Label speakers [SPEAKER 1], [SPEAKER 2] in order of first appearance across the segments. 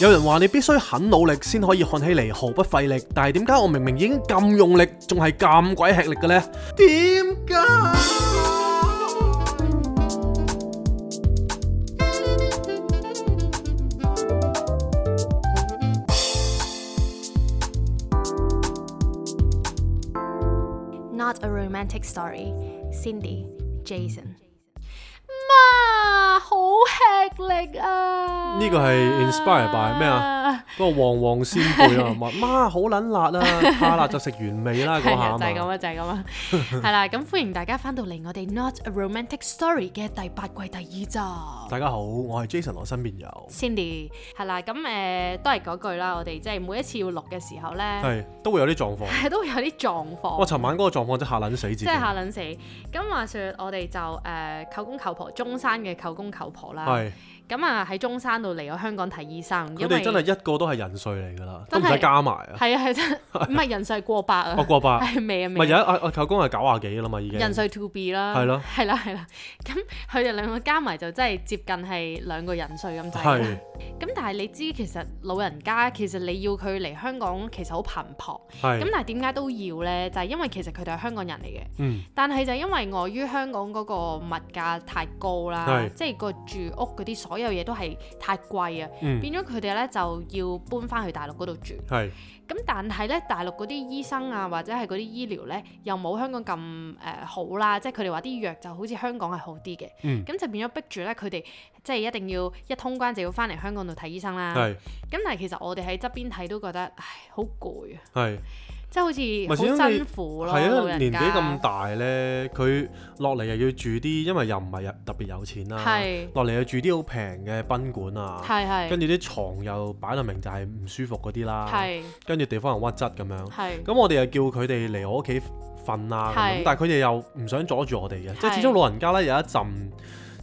[SPEAKER 1] 有人話你必須很努力先可以看起嚟毫不費力，但係點解我明明已經咁用力，仲係咁鬼吃力嘅呢？點解？
[SPEAKER 2] Not a romantic story. Cindy, Jason。媽，好吃力啊！
[SPEAKER 1] 呢個係 inspired by 咩啊？嗰個旺旺先輩 啊，話媽好撚辣啊，怕辣就食原味啦嗰
[SPEAKER 2] 係
[SPEAKER 1] 下
[SPEAKER 2] 啊，
[SPEAKER 1] 啊
[SPEAKER 2] 就係咁
[SPEAKER 1] 嘛。
[SPEAKER 2] 啊，就係 咁啊，係啦，咁歡迎大家翻到嚟我哋 Not a Romantic Story 嘅第八季第二集。
[SPEAKER 1] 大家好，我係 Jason，我身邊有
[SPEAKER 2] Cindy 係啦，咁誒、呃都係嗰句啦，我哋即係每一次要錄嘅時候咧，
[SPEAKER 1] 係都會有啲狀 況。
[SPEAKER 2] 係都會有啲狀況。
[SPEAKER 1] 我尋晚嗰個狀況真係嚇撚死自己
[SPEAKER 2] 即係。嚇撚死。咁話說，我哋就誒、呃舅公舅婆，中山嘅舅公舅婆啦。
[SPEAKER 1] 係，
[SPEAKER 2] 咁啊喺中山度嚟咗香港睇醫生，
[SPEAKER 1] 佢
[SPEAKER 2] 因
[SPEAKER 1] 哋
[SPEAKER 2] 為
[SPEAKER 1] 真係一個都係人碎嚟㗎啦，都
[SPEAKER 2] 真
[SPEAKER 1] 唔
[SPEAKER 2] 係
[SPEAKER 1] 使加埋 啊。
[SPEAKER 2] 係啊 係真，唔係人數係過百啊，
[SPEAKER 1] 我過百，
[SPEAKER 2] 係未啊
[SPEAKER 1] 咪
[SPEAKER 2] 未
[SPEAKER 1] 有
[SPEAKER 2] 啊。
[SPEAKER 1] 一阿阿舅公係九廿幾㗎啦嘛已經。
[SPEAKER 2] 人數 to be 啦，
[SPEAKER 1] 係咯
[SPEAKER 2] 係啦，係啦，咁佢哋兩個加埋就真係接近係兩個人歲咁滯啦
[SPEAKER 1] 係。
[SPEAKER 2] 咁但係你知其實老人家其實你要佢嚟香港其實好頻撲，咁
[SPEAKER 1] 係，
[SPEAKER 2] 但係點解都要呢？就係、因為其實佢哋係香港人嚟嘅，
[SPEAKER 1] 嗯
[SPEAKER 2] 但係就因為礙於香港嗰個物價太高啦
[SPEAKER 1] 係，
[SPEAKER 2] 即係個住屋嗰啲所有嘢都係太貴啊，
[SPEAKER 1] 嗯
[SPEAKER 2] 變咗佢哋呢就要搬翻去大陸嗰度住。
[SPEAKER 1] 係
[SPEAKER 2] 咁但係咧，大陸嗰啲醫生啊，或者係嗰啲醫療咧，又冇香港咁誒、呃好啦，即係佢哋話啲藥就好似香港係好啲嘅，咁、
[SPEAKER 1] 嗯
[SPEAKER 2] 就變咗逼住咧，佢哋即係一定要一通關就要翻嚟香港度睇醫生啦。咁
[SPEAKER 1] 係
[SPEAKER 2] 但係其實我哋喺側邊睇都覺得，唉，好攰啊，
[SPEAKER 1] 係。
[SPEAKER 2] 即係好
[SPEAKER 1] 咪始
[SPEAKER 2] 似
[SPEAKER 1] 終
[SPEAKER 2] 好
[SPEAKER 1] 你
[SPEAKER 2] 辛苦咯，
[SPEAKER 1] 係
[SPEAKER 2] 老
[SPEAKER 1] 啊，
[SPEAKER 2] 人
[SPEAKER 1] 年
[SPEAKER 2] 家
[SPEAKER 1] 紀咁大咧，佢落嚟又要住啲，因為又唔係有特別有錢啦。
[SPEAKER 2] 係
[SPEAKER 1] 落嚟又住啲好平嘅賓館啊，
[SPEAKER 2] 係係
[SPEAKER 1] 跟住啲床又擺到明就係唔舒服嗰啲啦，
[SPEAKER 2] 係
[SPEAKER 1] 跟住地方又屈質咁樣。
[SPEAKER 2] 係
[SPEAKER 1] 咁我哋又叫佢哋嚟我屋企瞓啊，咁
[SPEAKER 2] 係
[SPEAKER 1] 樣但係佢哋又唔想阻住我哋嘅，即係
[SPEAKER 2] 係
[SPEAKER 1] 始終老人家咧有一陣。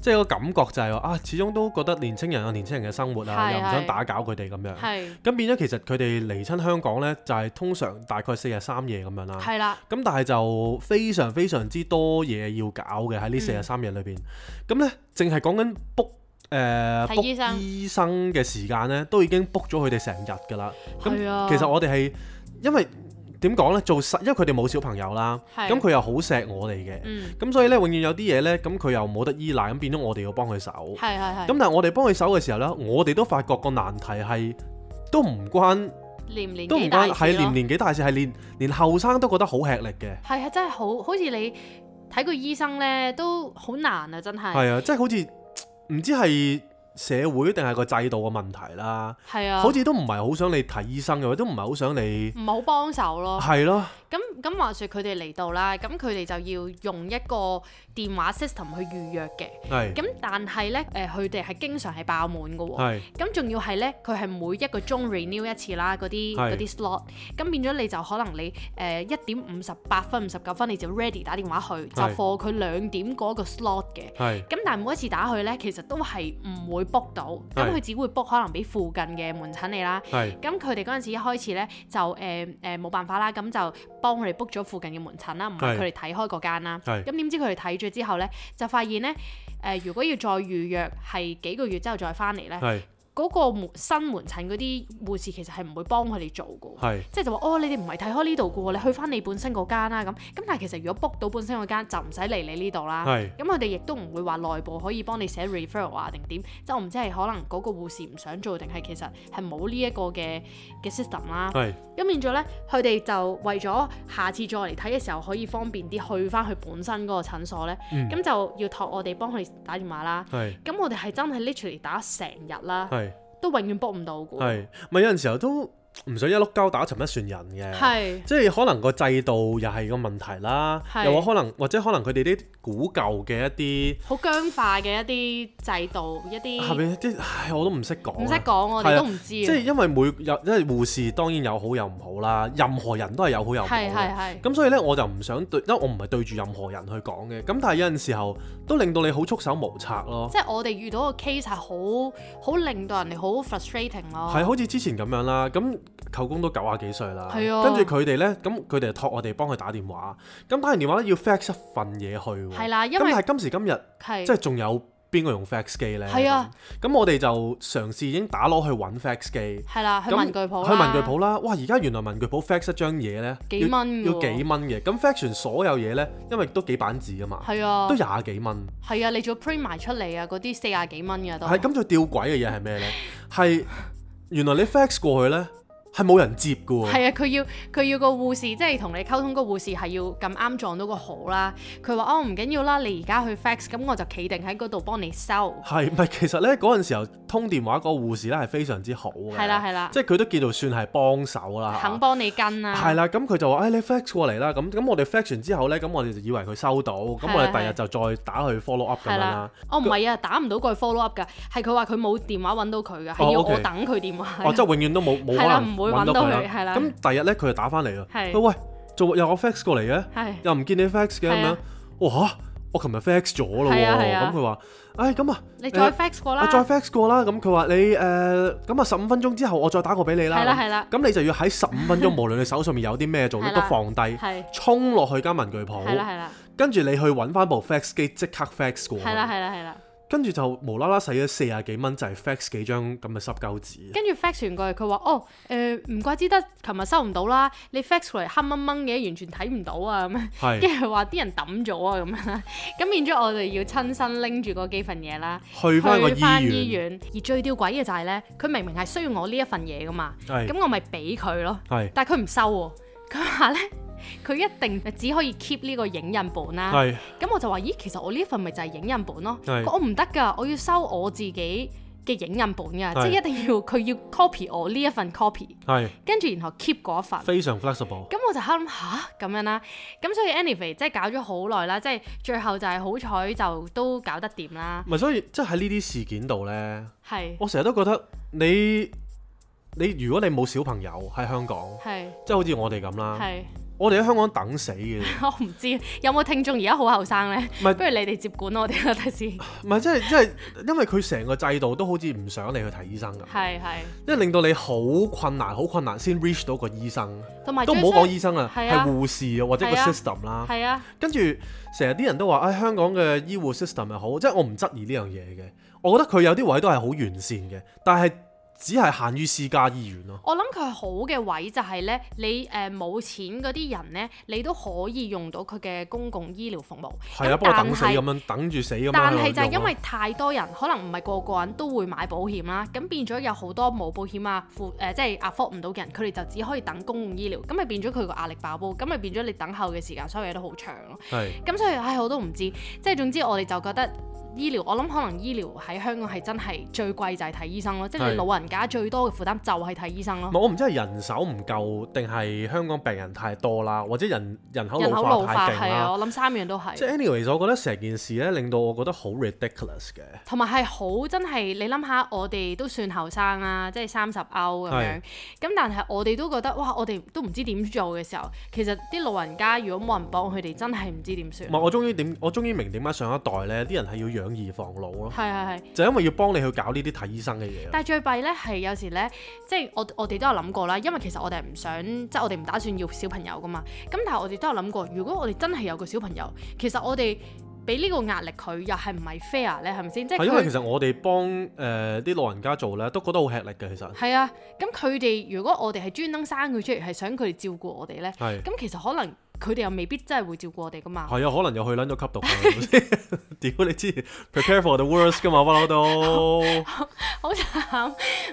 [SPEAKER 1] 即係個感覺就係、話啊，始終都覺得年青人有年青人嘅生活啊，
[SPEAKER 2] 係
[SPEAKER 1] 又唔
[SPEAKER 2] 係
[SPEAKER 1] 想打攪佢哋咁樣。
[SPEAKER 2] 係
[SPEAKER 1] 咁變咗其實佢哋嚟親香港呢，就係、通常大概四日三夜咁樣啦。
[SPEAKER 2] 係啦，
[SPEAKER 1] 咁但係就非常非常之多嘢要搞嘅
[SPEAKER 2] 嗯
[SPEAKER 1] 喺呢四十三日裏邊。咁呢，淨係講緊 book 誒
[SPEAKER 2] 睇醫
[SPEAKER 1] book
[SPEAKER 2] 生
[SPEAKER 1] 醫生嘅時間呢，都已經 book 咗佢哋成日㗎啦。咁
[SPEAKER 2] 係啊
[SPEAKER 1] 其實我哋係因為點講呢？做實，因為佢哋冇小朋友啦，
[SPEAKER 2] 係
[SPEAKER 1] 咁佢又好錫我哋嘅，
[SPEAKER 2] 嗯
[SPEAKER 1] 咁所以呢，永遠有啲嘢呢，咁佢又冇得依賴，咁變咗我哋要幫佢手。咁
[SPEAKER 2] 係係係
[SPEAKER 1] 但係我哋幫佢手嘅時候呢，我哋都發覺個難題係都唔關，
[SPEAKER 2] 年年
[SPEAKER 1] 都唔
[SPEAKER 2] 紀大
[SPEAKER 1] 關
[SPEAKER 2] 事
[SPEAKER 1] 係
[SPEAKER 2] 咯
[SPEAKER 1] 年年紀大事，係連連後生都覺得好吃力嘅。
[SPEAKER 2] 係啊，真係好好似你睇個醫生咧，都好難啊，真係
[SPEAKER 1] 係啊，即係好似唔知係社會定係個制度嘅問題啦，
[SPEAKER 2] 係啊，
[SPEAKER 1] 好似都唔係好想你睇醫生嘅，或者都唔係好想你
[SPEAKER 2] 唔係好幫手咯。
[SPEAKER 1] 係咯，
[SPEAKER 2] 咁咁話說佢哋嚟到啦，咁佢哋就要用一個電話 system 去預約嘅。
[SPEAKER 1] 係
[SPEAKER 2] 咁但係呢，誒佢哋係經常係爆滿嘅喎。
[SPEAKER 1] 係
[SPEAKER 2] 咁仲要係呢，佢係每一個鐘 renew 一次啦，嗰啲
[SPEAKER 1] 係
[SPEAKER 2] 嗰啲 slot。咁變咗你就可能你誒一點五十八分、五十九分你就 ready 打電話去，就
[SPEAKER 1] 係
[SPEAKER 2] for 佢兩點嗰個 slot 嘅。
[SPEAKER 1] 係
[SPEAKER 2] 咁但係每一次打去呢，其實都係唔會 book 到，咁
[SPEAKER 1] 係
[SPEAKER 2] 佢只會 book 可能俾附近嘅門診你啦。
[SPEAKER 1] 係
[SPEAKER 2] 咁佢哋嗰陣時一開始呢，就誒誒冇辦法啦，咁就幫佢哋 book 咗附近嘅門診啦，唔係
[SPEAKER 1] 係
[SPEAKER 2] 佢哋睇開嗰間啦。
[SPEAKER 1] 係
[SPEAKER 2] 咁點知佢哋睇咗之後呢，就發現呢，誒、如果要再預約係幾個月之後再翻嚟呢，
[SPEAKER 1] 係
[SPEAKER 2] 嗰個門新門診嗰啲護士其實係唔會幫佢哋做嘅喎。
[SPEAKER 1] 係
[SPEAKER 2] 即係就話哦，你哋唔係睇開呢度嘅喎，你去翻你本身嗰間啦咁。咁但係其實如果 book 到本身嗰間就唔使嚟你呢度啦。
[SPEAKER 1] 係
[SPEAKER 2] 咁佢哋亦都唔會話內部可以幫你寫 referral 啊定點，即係我唔知係可能嗰個護士唔想做，定係其實係冇呢一個嘅嘅 system 啦。
[SPEAKER 1] 係
[SPEAKER 2] 咁變咗呢，佢哋就為咗下次再嚟睇嘅時候可以方便啲去翻佢本身嗰個診所呢，
[SPEAKER 1] 嗯
[SPEAKER 2] 咁、就要託我哋幫佢打電話啦。
[SPEAKER 1] 係
[SPEAKER 2] 咁我哋係真係 literally 打成日啦，
[SPEAKER 1] 係
[SPEAKER 2] 都永遠 book 唔到嘅。
[SPEAKER 1] 係，咪有陣時候都唔想一碌膠打沉一船人嘅。
[SPEAKER 2] 係
[SPEAKER 1] 即係可能個制度又係個問題啦，
[SPEAKER 2] 係
[SPEAKER 1] 又話可能或者可能佢哋啲古舊嘅一
[SPEAKER 2] 好僵化嘅一啲制度，一
[SPEAKER 1] 啲啊係
[SPEAKER 2] 啲
[SPEAKER 1] 咪啲唉我都唔識講啊，
[SPEAKER 2] 唔識講，我
[SPEAKER 1] 係
[SPEAKER 2] 哋
[SPEAKER 1] 啊
[SPEAKER 2] 都唔知
[SPEAKER 1] 即係
[SPEAKER 2] 啊。
[SPEAKER 1] 因為每有因為護士當然有好有唔好啦，任何人都係有好有唔好
[SPEAKER 2] 係係
[SPEAKER 1] 嘅。
[SPEAKER 2] 係。
[SPEAKER 1] 咁所以呢，我就唔想對，因為我唔係對住任何人去講嘅。咁但係有陣時候都令到你好束手無策咯，
[SPEAKER 2] 即係我哋遇到個 case 係好好令到人哋好 frustrating 咯。
[SPEAKER 1] 係好似之前咁樣啦。咁舅公都九啊幾歲啦，
[SPEAKER 2] 係啊
[SPEAKER 1] 跟住佢哋呢，咁佢哋就託我哋幫佢打電話。咁打完電話呢，要 fax 一份嘢去喎。
[SPEAKER 2] 係啦因為
[SPEAKER 1] 咁但係今時今日
[SPEAKER 2] 係
[SPEAKER 1] 即係仲有邊個用 fax 機呢？
[SPEAKER 2] 係啊
[SPEAKER 1] 咁，咁我哋就嘗試已經打攞去揾 fax 機。
[SPEAKER 2] 係啦，去
[SPEAKER 1] 咁
[SPEAKER 2] 文具鋪啦，
[SPEAKER 1] 去文具鋪啦！哇，而家原來文具鋪 fax 一張嘢呢，
[SPEAKER 2] 幾
[SPEAKER 1] 要
[SPEAKER 2] 蚊㗎
[SPEAKER 1] 要
[SPEAKER 2] 喎
[SPEAKER 1] 幾蚊嘅。咁 fax 完所有嘢呢，因為都幾版紙啊嘛，
[SPEAKER 2] 係啊
[SPEAKER 1] 都，廿幾蚊。
[SPEAKER 2] 係啊，你仲要 print 埋出嚟啊，嗰啲四廿幾蚊㗎都
[SPEAKER 1] 係咁最吊詭嘅嘢係咩呢？係原來你 fax 過去呢，係冇人接㗎喎。
[SPEAKER 2] 係啊，佢要佢要個護士，即係同你溝通個護士係要咁啱撞到個好啦。佢話：哦，唔緊要啦，你而家去 fax，咁我就企定喺嗰度幫你收。
[SPEAKER 1] 係唔係？其實呢，嗰陣時候通電話嗰個護士呢係非常之好嘅，
[SPEAKER 2] 係啦係啦
[SPEAKER 1] 即係佢都叫做算係幫手啦。
[SPEAKER 2] 肯幫你跟啊啦、
[SPEAKER 1] 係啦，咁佢就話：，誒、哎你 fax 過嚟啦。咁咁我哋 fax 完之後呢，咁我哋就以為佢收到，咁
[SPEAKER 2] 係
[SPEAKER 1] 我哋
[SPEAKER 2] 係
[SPEAKER 1] 第日就再打去 follow up 咁
[SPEAKER 2] 係
[SPEAKER 1] 樣
[SPEAKER 2] 啦
[SPEAKER 1] 啦。，
[SPEAKER 2] 哦唔係啊，打唔到過去 follow up 㗎，係佢話佢冇電話揾到佢㗎，係
[SPEAKER 1] 哦
[SPEAKER 2] 要
[SPEAKER 1] OK
[SPEAKER 2] 我等佢電話。
[SPEAKER 1] 哦，即係永遠都冇冇
[SPEAKER 2] 係啦
[SPEAKER 1] 可能
[SPEAKER 2] 唔會
[SPEAKER 1] 揾
[SPEAKER 2] 揾
[SPEAKER 1] 到
[SPEAKER 2] 到
[SPEAKER 1] 佢
[SPEAKER 2] 佢係啦
[SPEAKER 1] 啦。咁第日呢，佢就打翻嚟啦。
[SPEAKER 2] 係
[SPEAKER 1] 佢喂，做有我 fax 過嚟嘅，
[SPEAKER 2] 係
[SPEAKER 1] 又唔見你 fax 嘅咁
[SPEAKER 2] 係
[SPEAKER 1] 樣
[SPEAKER 2] 啊。
[SPEAKER 1] 哇！嚇我琴日 fax 咗咯喎，
[SPEAKER 2] 係啊係啊
[SPEAKER 1] 咁佢話：，唉，咁啊，
[SPEAKER 2] 你再
[SPEAKER 1] 誒
[SPEAKER 2] fax 過
[SPEAKER 1] 啊
[SPEAKER 2] 啦，
[SPEAKER 1] 再 fax 過啦。咁佢話你誒，咁啊十五分鐘之後我再打個俾你啦。
[SPEAKER 2] 係啦
[SPEAKER 1] 咁
[SPEAKER 2] 係啦
[SPEAKER 1] 咁你就要喺十五分 鐘，無論你手上面有啲咩做，你
[SPEAKER 2] 係
[SPEAKER 1] 都
[SPEAKER 2] 啦
[SPEAKER 1] 放低
[SPEAKER 2] 係，
[SPEAKER 1] 衝落去間文具鋪。
[SPEAKER 2] 係啦係啦
[SPEAKER 1] 跟住你去揾翻部 fax 機，即刻 fax 過去。
[SPEAKER 2] 係啦係啦係啦，
[SPEAKER 1] 跟住就無啦啦使咗四廿幾蚊，就係 fax 幾張咁嘅濕鳩紙。
[SPEAKER 2] 跟住 fax 完過去，佢話：哦誒唔怪之得，琴日收唔到啦，你 fax 過嚟黑掹掹嘅，完全睇唔到啊咁樣。跟
[SPEAKER 1] 係
[SPEAKER 2] 住佢話啲人抌咗啊咁樣啦，咁變咗我哋要親身拎住嗰幾份嘢啦，
[SPEAKER 1] 去翻個
[SPEAKER 2] 去翻
[SPEAKER 1] 醫
[SPEAKER 2] 醫
[SPEAKER 1] 院。
[SPEAKER 2] 院。而最吊詭嘅就係呢，佢明明係需要我呢一份嘢噶嘛，
[SPEAKER 1] 係
[SPEAKER 2] 咁我咪俾佢咯，
[SPEAKER 1] 係
[SPEAKER 2] 但係佢唔收喎，佢話呢，佢一定呃只可以 keep 呢個影印本啦。
[SPEAKER 1] 係
[SPEAKER 2] 咁我就話咦，其實我呢份咪就係影印本咯，
[SPEAKER 1] 係
[SPEAKER 2] 佢話我唔得㗎，我要收我自己嘅影印本㗎，
[SPEAKER 1] 係
[SPEAKER 2] 即係一定要佢要 copy 我呢一份 copy，
[SPEAKER 1] 係
[SPEAKER 2] 跟住然後 keep 嗰一份。
[SPEAKER 1] 非常 flexible。
[SPEAKER 2] 咁我就喺度諗吓咁樣啦，咁所以 anyway 即係搞咗好耐啦，即係最後就係好彩就都搞得掂啦，
[SPEAKER 1] 咪所以即係喺呢啲事件度呢，
[SPEAKER 2] 係
[SPEAKER 1] 我成日都覺得你你如果你冇小朋友喺香港，
[SPEAKER 2] 係
[SPEAKER 1] 即係好似我哋咁啦，
[SPEAKER 2] 係，
[SPEAKER 1] 我哋喺香港等死嘅，
[SPEAKER 2] 我唔知有冇聽眾而家好後生呢？
[SPEAKER 1] 唔係
[SPEAKER 2] 不如你哋接管我哋啦，第時
[SPEAKER 1] 唔係即係即係因為佢成個制度都好似唔想你去睇醫生咁，
[SPEAKER 2] 係係，
[SPEAKER 1] 因為令到你好困難，好困難先 reach 到個醫生。
[SPEAKER 2] 同埋
[SPEAKER 1] 都唔好講醫生啦，
[SPEAKER 2] 啊係
[SPEAKER 1] 係
[SPEAKER 2] 啊
[SPEAKER 1] 護士啊，或者個
[SPEAKER 2] 係啊
[SPEAKER 1] system 啦。
[SPEAKER 2] 係啊，
[SPEAKER 1] 跟住成日啲人都話，唉、香港嘅醫護 system 係好，即係我唔質疑呢樣嘢嘅。我覺得佢有啲位都係好完善嘅，但係只係限於私家醫院咯。
[SPEAKER 2] 我諗佢好嘅位就係呢，你誒冇、錢嗰啲人呢，你都可以用到佢嘅公共醫療服務。
[SPEAKER 1] 係
[SPEAKER 2] 咁
[SPEAKER 1] 啊，不過
[SPEAKER 2] 但
[SPEAKER 1] 等死
[SPEAKER 2] 係
[SPEAKER 1] 咁樣，等住死咁樣喺度用
[SPEAKER 2] 但
[SPEAKER 1] 啊。
[SPEAKER 2] 係就係因為太多人，可能唔係個個人都會買保險啦，咁變咗有好多冇保險啊，負誒、即係 afford 唔到嘅人，佢哋就只可以等公共醫療，咁咪變咗佢個壓力爆煲，咁咪變咗你等候嘅時間，所有嘢都好長咯。
[SPEAKER 1] 係
[SPEAKER 2] 咁所以唉，我都唔知，即係總之我哋就覺得。醫療我諗可能醫療喺香港係真係最貴就係睇醫生咯，即係你
[SPEAKER 1] 係
[SPEAKER 2] 老人家最多嘅負擔就係睇醫生咯
[SPEAKER 1] 唔係。我唔知係人手唔夠，定係香港病人太多啦，或者人人口
[SPEAKER 2] 人
[SPEAKER 1] 老
[SPEAKER 2] 口老
[SPEAKER 1] 化
[SPEAKER 2] 化
[SPEAKER 1] 太勁
[SPEAKER 2] 係啊，
[SPEAKER 1] 啦。
[SPEAKER 2] 我諗三樣都
[SPEAKER 1] 即
[SPEAKER 2] 係，
[SPEAKER 1] 係 anyways，我覺得成件事咧令到我覺得好 ridiculous 嘅。
[SPEAKER 2] 同埋係好真係你諗下，我哋都算後生啦，即係三十歐咁樣。
[SPEAKER 1] 係
[SPEAKER 2] 咁但係我哋都覺得哇，我哋都唔知點做嘅時候，其實啲老人家如果冇人幫佢哋，真係唔知點算
[SPEAKER 1] 唔。係我終於點，我終於明點解上一代咧啲人係要養兒防老咯。
[SPEAKER 2] 係係係，
[SPEAKER 1] 就因為要幫你去搞呢啲睇醫生嘅嘢啊。
[SPEAKER 2] 但係最弊咧係有時咧，即係我我哋都有諗過啦，因為其實我哋係唔想，即係我哋唔打算要小朋友噶嘛。咁但係我哋都有諗過，如果我哋真係有個小朋友，其實我哋俾呢個壓力佢，又係唔係 fair 咧？係咪先？即
[SPEAKER 1] 係
[SPEAKER 2] 係
[SPEAKER 1] 因為
[SPEAKER 2] 佢
[SPEAKER 1] 其實我哋幫誒啲老人家做咧，都覺得好吃力嘅，其實
[SPEAKER 2] 係啊，咁佢哋如果我哋係專登生佢出嚟，係想佢哋照顧我哋咧，
[SPEAKER 1] 係
[SPEAKER 2] 咁其實可能佢哋又未必真係會照顧我哋噶嘛。
[SPEAKER 1] 係啊，可能又去撚咗吸毒啊 屌你知 prepare for the worst 㗎嘛，不嬲都
[SPEAKER 2] 哦好慘，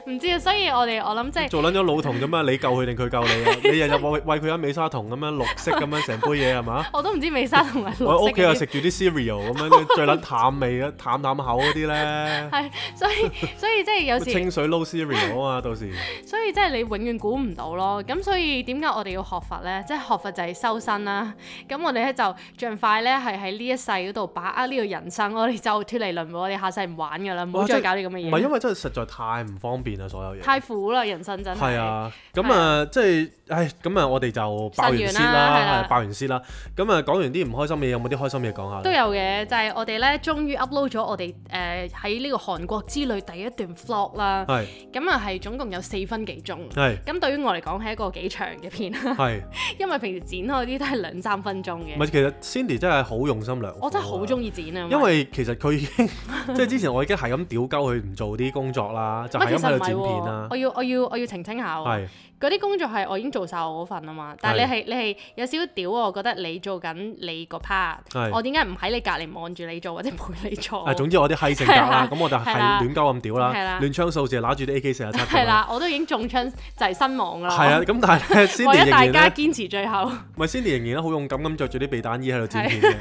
[SPEAKER 2] 唔知啊，所以我哋我諗即係
[SPEAKER 1] 做撚咗老童咁啊，你救佢定佢救你啊？ 你日日餵餵佢一美沙酮咁樣綠色咁樣成杯嘢係嘛？
[SPEAKER 2] 我都唔知美沙同埋
[SPEAKER 1] 我
[SPEAKER 2] 綠
[SPEAKER 1] 喺屋企又
[SPEAKER 2] 色
[SPEAKER 1] 食
[SPEAKER 2] 嗰啲
[SPEAKER 1] 住啲 cereal 咁 樣，最撚淡味嘅，淡淡口嗰啲咧，
[SPEAKER 2] 係， 所以所以即係有時，
[SPEAKER 1] 清水撈 cereal 啊嘛，到時
[SPEAKER 2] 所以即係你永遠估唔到咯。咁所以點解我哋要學佛呢？即係學佛就係修身啦。咁我哋咧就盡快咧係喺呢一世嗰度把握呢個人生，我哋就脱離輪迴，我哋下世唔玩噶啦，唔好
[SPEAKER 1] 哇真
[SPEAKER 2] 再
[SPEAKER 1] 係
[SPEAKER 2] 搞啲咁嘅
[SPEAKER 1] 唔係因
[SPEAKER 2] 嘢，
[SPEAKER 1] 為真係實在太唔方便啦，所有嘢。
[SPEAKER 2] 太苦啦，人生真
[SPEAKER 1] 係
[SPEAKER 2] 係。
[SPEAKER 1] 啊，咁啊，即係，唉，咁啊，我哋就爆完
[SPEAKER 2] 呻
[SPEAKER 1] 先
[SPEAKER 2] 完啦係啦
[SPEAKER 1] 啦，係啊爆完先啦。咁啊，講完啲唔開心嘅嘢，有冇啲開心嘢講下
[SPEAKER 2] 都
[SPEAKER 1] 咧？
[SPEAKER 2] 有嘅，就係、我哋咧，終於 upload 咗我哋誒喺呢個韓國之旅第一段 vlog 啦。
[SPEAKER 1] 係
[SPEAKER 2] 咁啊係總共有四分幾零鐘。
[SPEAKER 1] 係
[SPEAKER 2] 咁對於我嚟講係一個幾長嘅片啦，
[SPEAKER 1] 係，
[SPEAKER 2] 因為平時剪開啲都係兩三分鐘
[SPEAKER 1] 唔係
[SPEAKER 2] 嘅。
[SPEAKER 1] 其實 Cindy 真係好用心良苦啊。
[SPEAKER 2] 我真係好中意剪啊，
[SPEAKER 1] 因為其實佢已經 即係之前我已經係咁屌鳩佢唔做啲工作啦，就
[SPEAKER 2] 唔係
[SPEAKER 1] 係咁
[SPEAKER 2] 其實
[SPEAKER 1] 喺
[SPEAKER 2] 唔
[SPEAKER 1] 度
[SPEAKER 2] 係
[SPEAKER 1] 剪片
[SPEAKER 2] 喎
[SPEAKER 1] 啦，
[SPEAKER 2] 我。要我要我要澄清下喎，
[SPEAKER 1] 係
[SPEAKER 2] 嗰啲工作係我已經做晒我嗰份啊嘛，但係你係你係有少少屌啊我，覺得你做緊你個 part，
[SPEAKER 1] 係
[SPEAKER 2] 我點解唔喺你隔離望住你做或者陪你做？
[SPEAKER 1] 啊，總之我啲閪性格啦，
[SPEAKER 2] 係啦
[SPEAKER 1] 咁我就係
[SPEAKER 2] 係啦
[SPEAKER 1] 亂鳩咁屌啦
[SPEAKER 2] 係，啦
[SPEAKER 1] 亂槍數字拿住啲 AK 四廿七
[SPEAKER 2] 係，啦，我都已經中槍就係身亡㗎啦。
[SPEAKER 1] 係啊，咁但係咧
[SPEAKER 2] 為
[SPEAKER 1] Cindy
[SPEAKER 2] 咗
[SPEAKER 1] 仍
[SPEAKER 2] 大
[SPEAKER 1] 然
[SPEAKER 2] 家
[SPEAKER 1] 咧，
[SPEAKER 2] 堅持最後，
[SPEAKER 1] 唔係 Cindy 仍然咧好勇敢咁着住啲避彈衣喺度剪片嘅，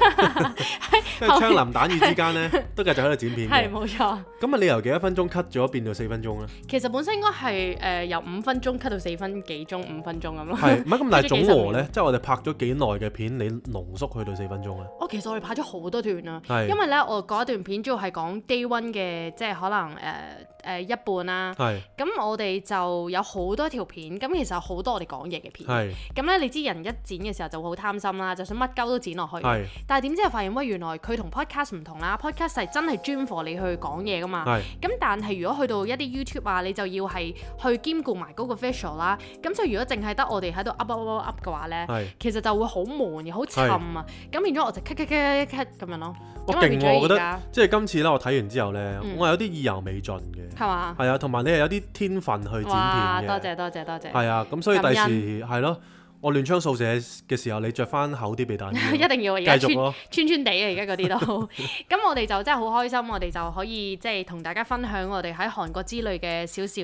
[SPEAKER 1] 即係
[SPEAKER 2] 後
[SPEAKER 1] 槍
[SPEAKER 2] 面
[SPEAKER 1] 林彈雨之間咧都繼續喺度剪片
[SPEAKER 2] 係
[SPEAKER 1] 嘅。
[SPEAKER 2] 冇錯。
[SPEAKER 1] 咁啊，你由幾多分鐘 cut 咗變到四分鐘咧？
[SPEAKER 2] 其實本身應該係誒由五分鐘 cut 到四分幾鐘，五分鐘 咁咯。
[SPEAKER 1] 係唔係咁？但係總和
[SPEAKER 2] 幾十
[SPEAKER 1] 咧
[SPEAKER 2] 秒，
[SPEAKER 1] 即係我哋拍咗幾耐嘅片，你濃縮去到四分鐘咧？
[SPEAKER 2] 我哦其實我哋拍咗好多段啦，
[SPEAKER 1] 係
[SPEAKER 2] 因為咧我嗰一段片主要係講 day one 嘅，即係可能誒誒、呃一半啦。
[SPEAKER 1] 係
[SPEAKER 2] 咁我哋就有好多條片，咁其實有好多我哋講嘢嘅片。
[SPEAKER 1] 係
[SPEAKER 2] 咁咧，你知人一剪嘅時候就會好貪心啦，就想乜鳩都剪落去。
[SPEAKER 1] 係
[SPEAKER 2] 但係點知又發現，喂，原來佢同 podcast 唔同啦，podcast 係真係專 for 你去講嘢噶嘛。
[SPEAKER 1] 係
[SPEAKER 2] 咁但係如果去到一啲 YouTube 啊，你就要係去兼顧埋嗰個 visual 啦。咁所以如果淨係得我哋喺度 up up up up 嘅話咧，
[SPEAKER 1] 係。
[SPEAKER 2] 其實就會好悶嘅，好沉啊。咁變咗我就 cut cut cut cut 咁樣咯。
[SPEAKER 1] 我
[SPEAKER 2] 咁啊
[SPEAKER 1] 勁
[SPEAKER 2] 變
[SPEAKER 1] 喎，
[SPEAKER 2] 咗
[SPEAKER 1] 我覺得
[SPEAKER 2] 而家
[SPEAKER 1] 即係今次咧，我睇完之後咧，
[SPEAKER 2] 嗯
[SPEAKER 1] 我有啲意猶未盡嘅，
[SPEAKER 2] 係嘛？
[SPEAKER 1] 係啊，同埋你係有啲天分去剪片
[SPEAKER 2] 哇！
[SPEAKER 1] 嘅，
[SPEAKER 2] 多謝多謝多謝，
[SPEAKER 1] 係啊，咁所以第
[SPEAKER 2] 感
[SPEAKER 1] 時係咯，我亂槍掃射嘅時候，你着翻厚啲避彈衣
[SPEAKER 2] 一，定要啊而家
[SPEAKER 1] 繼續
[SPEAKER 2] 穿
[SPEAKER 1] 咯，
[SPEAKER 2] 穿穿地啊！而家嗰啲都咁，我哋就真係好開心，我哋就可以即係同大家分享我哋喺韓國之類嘅少少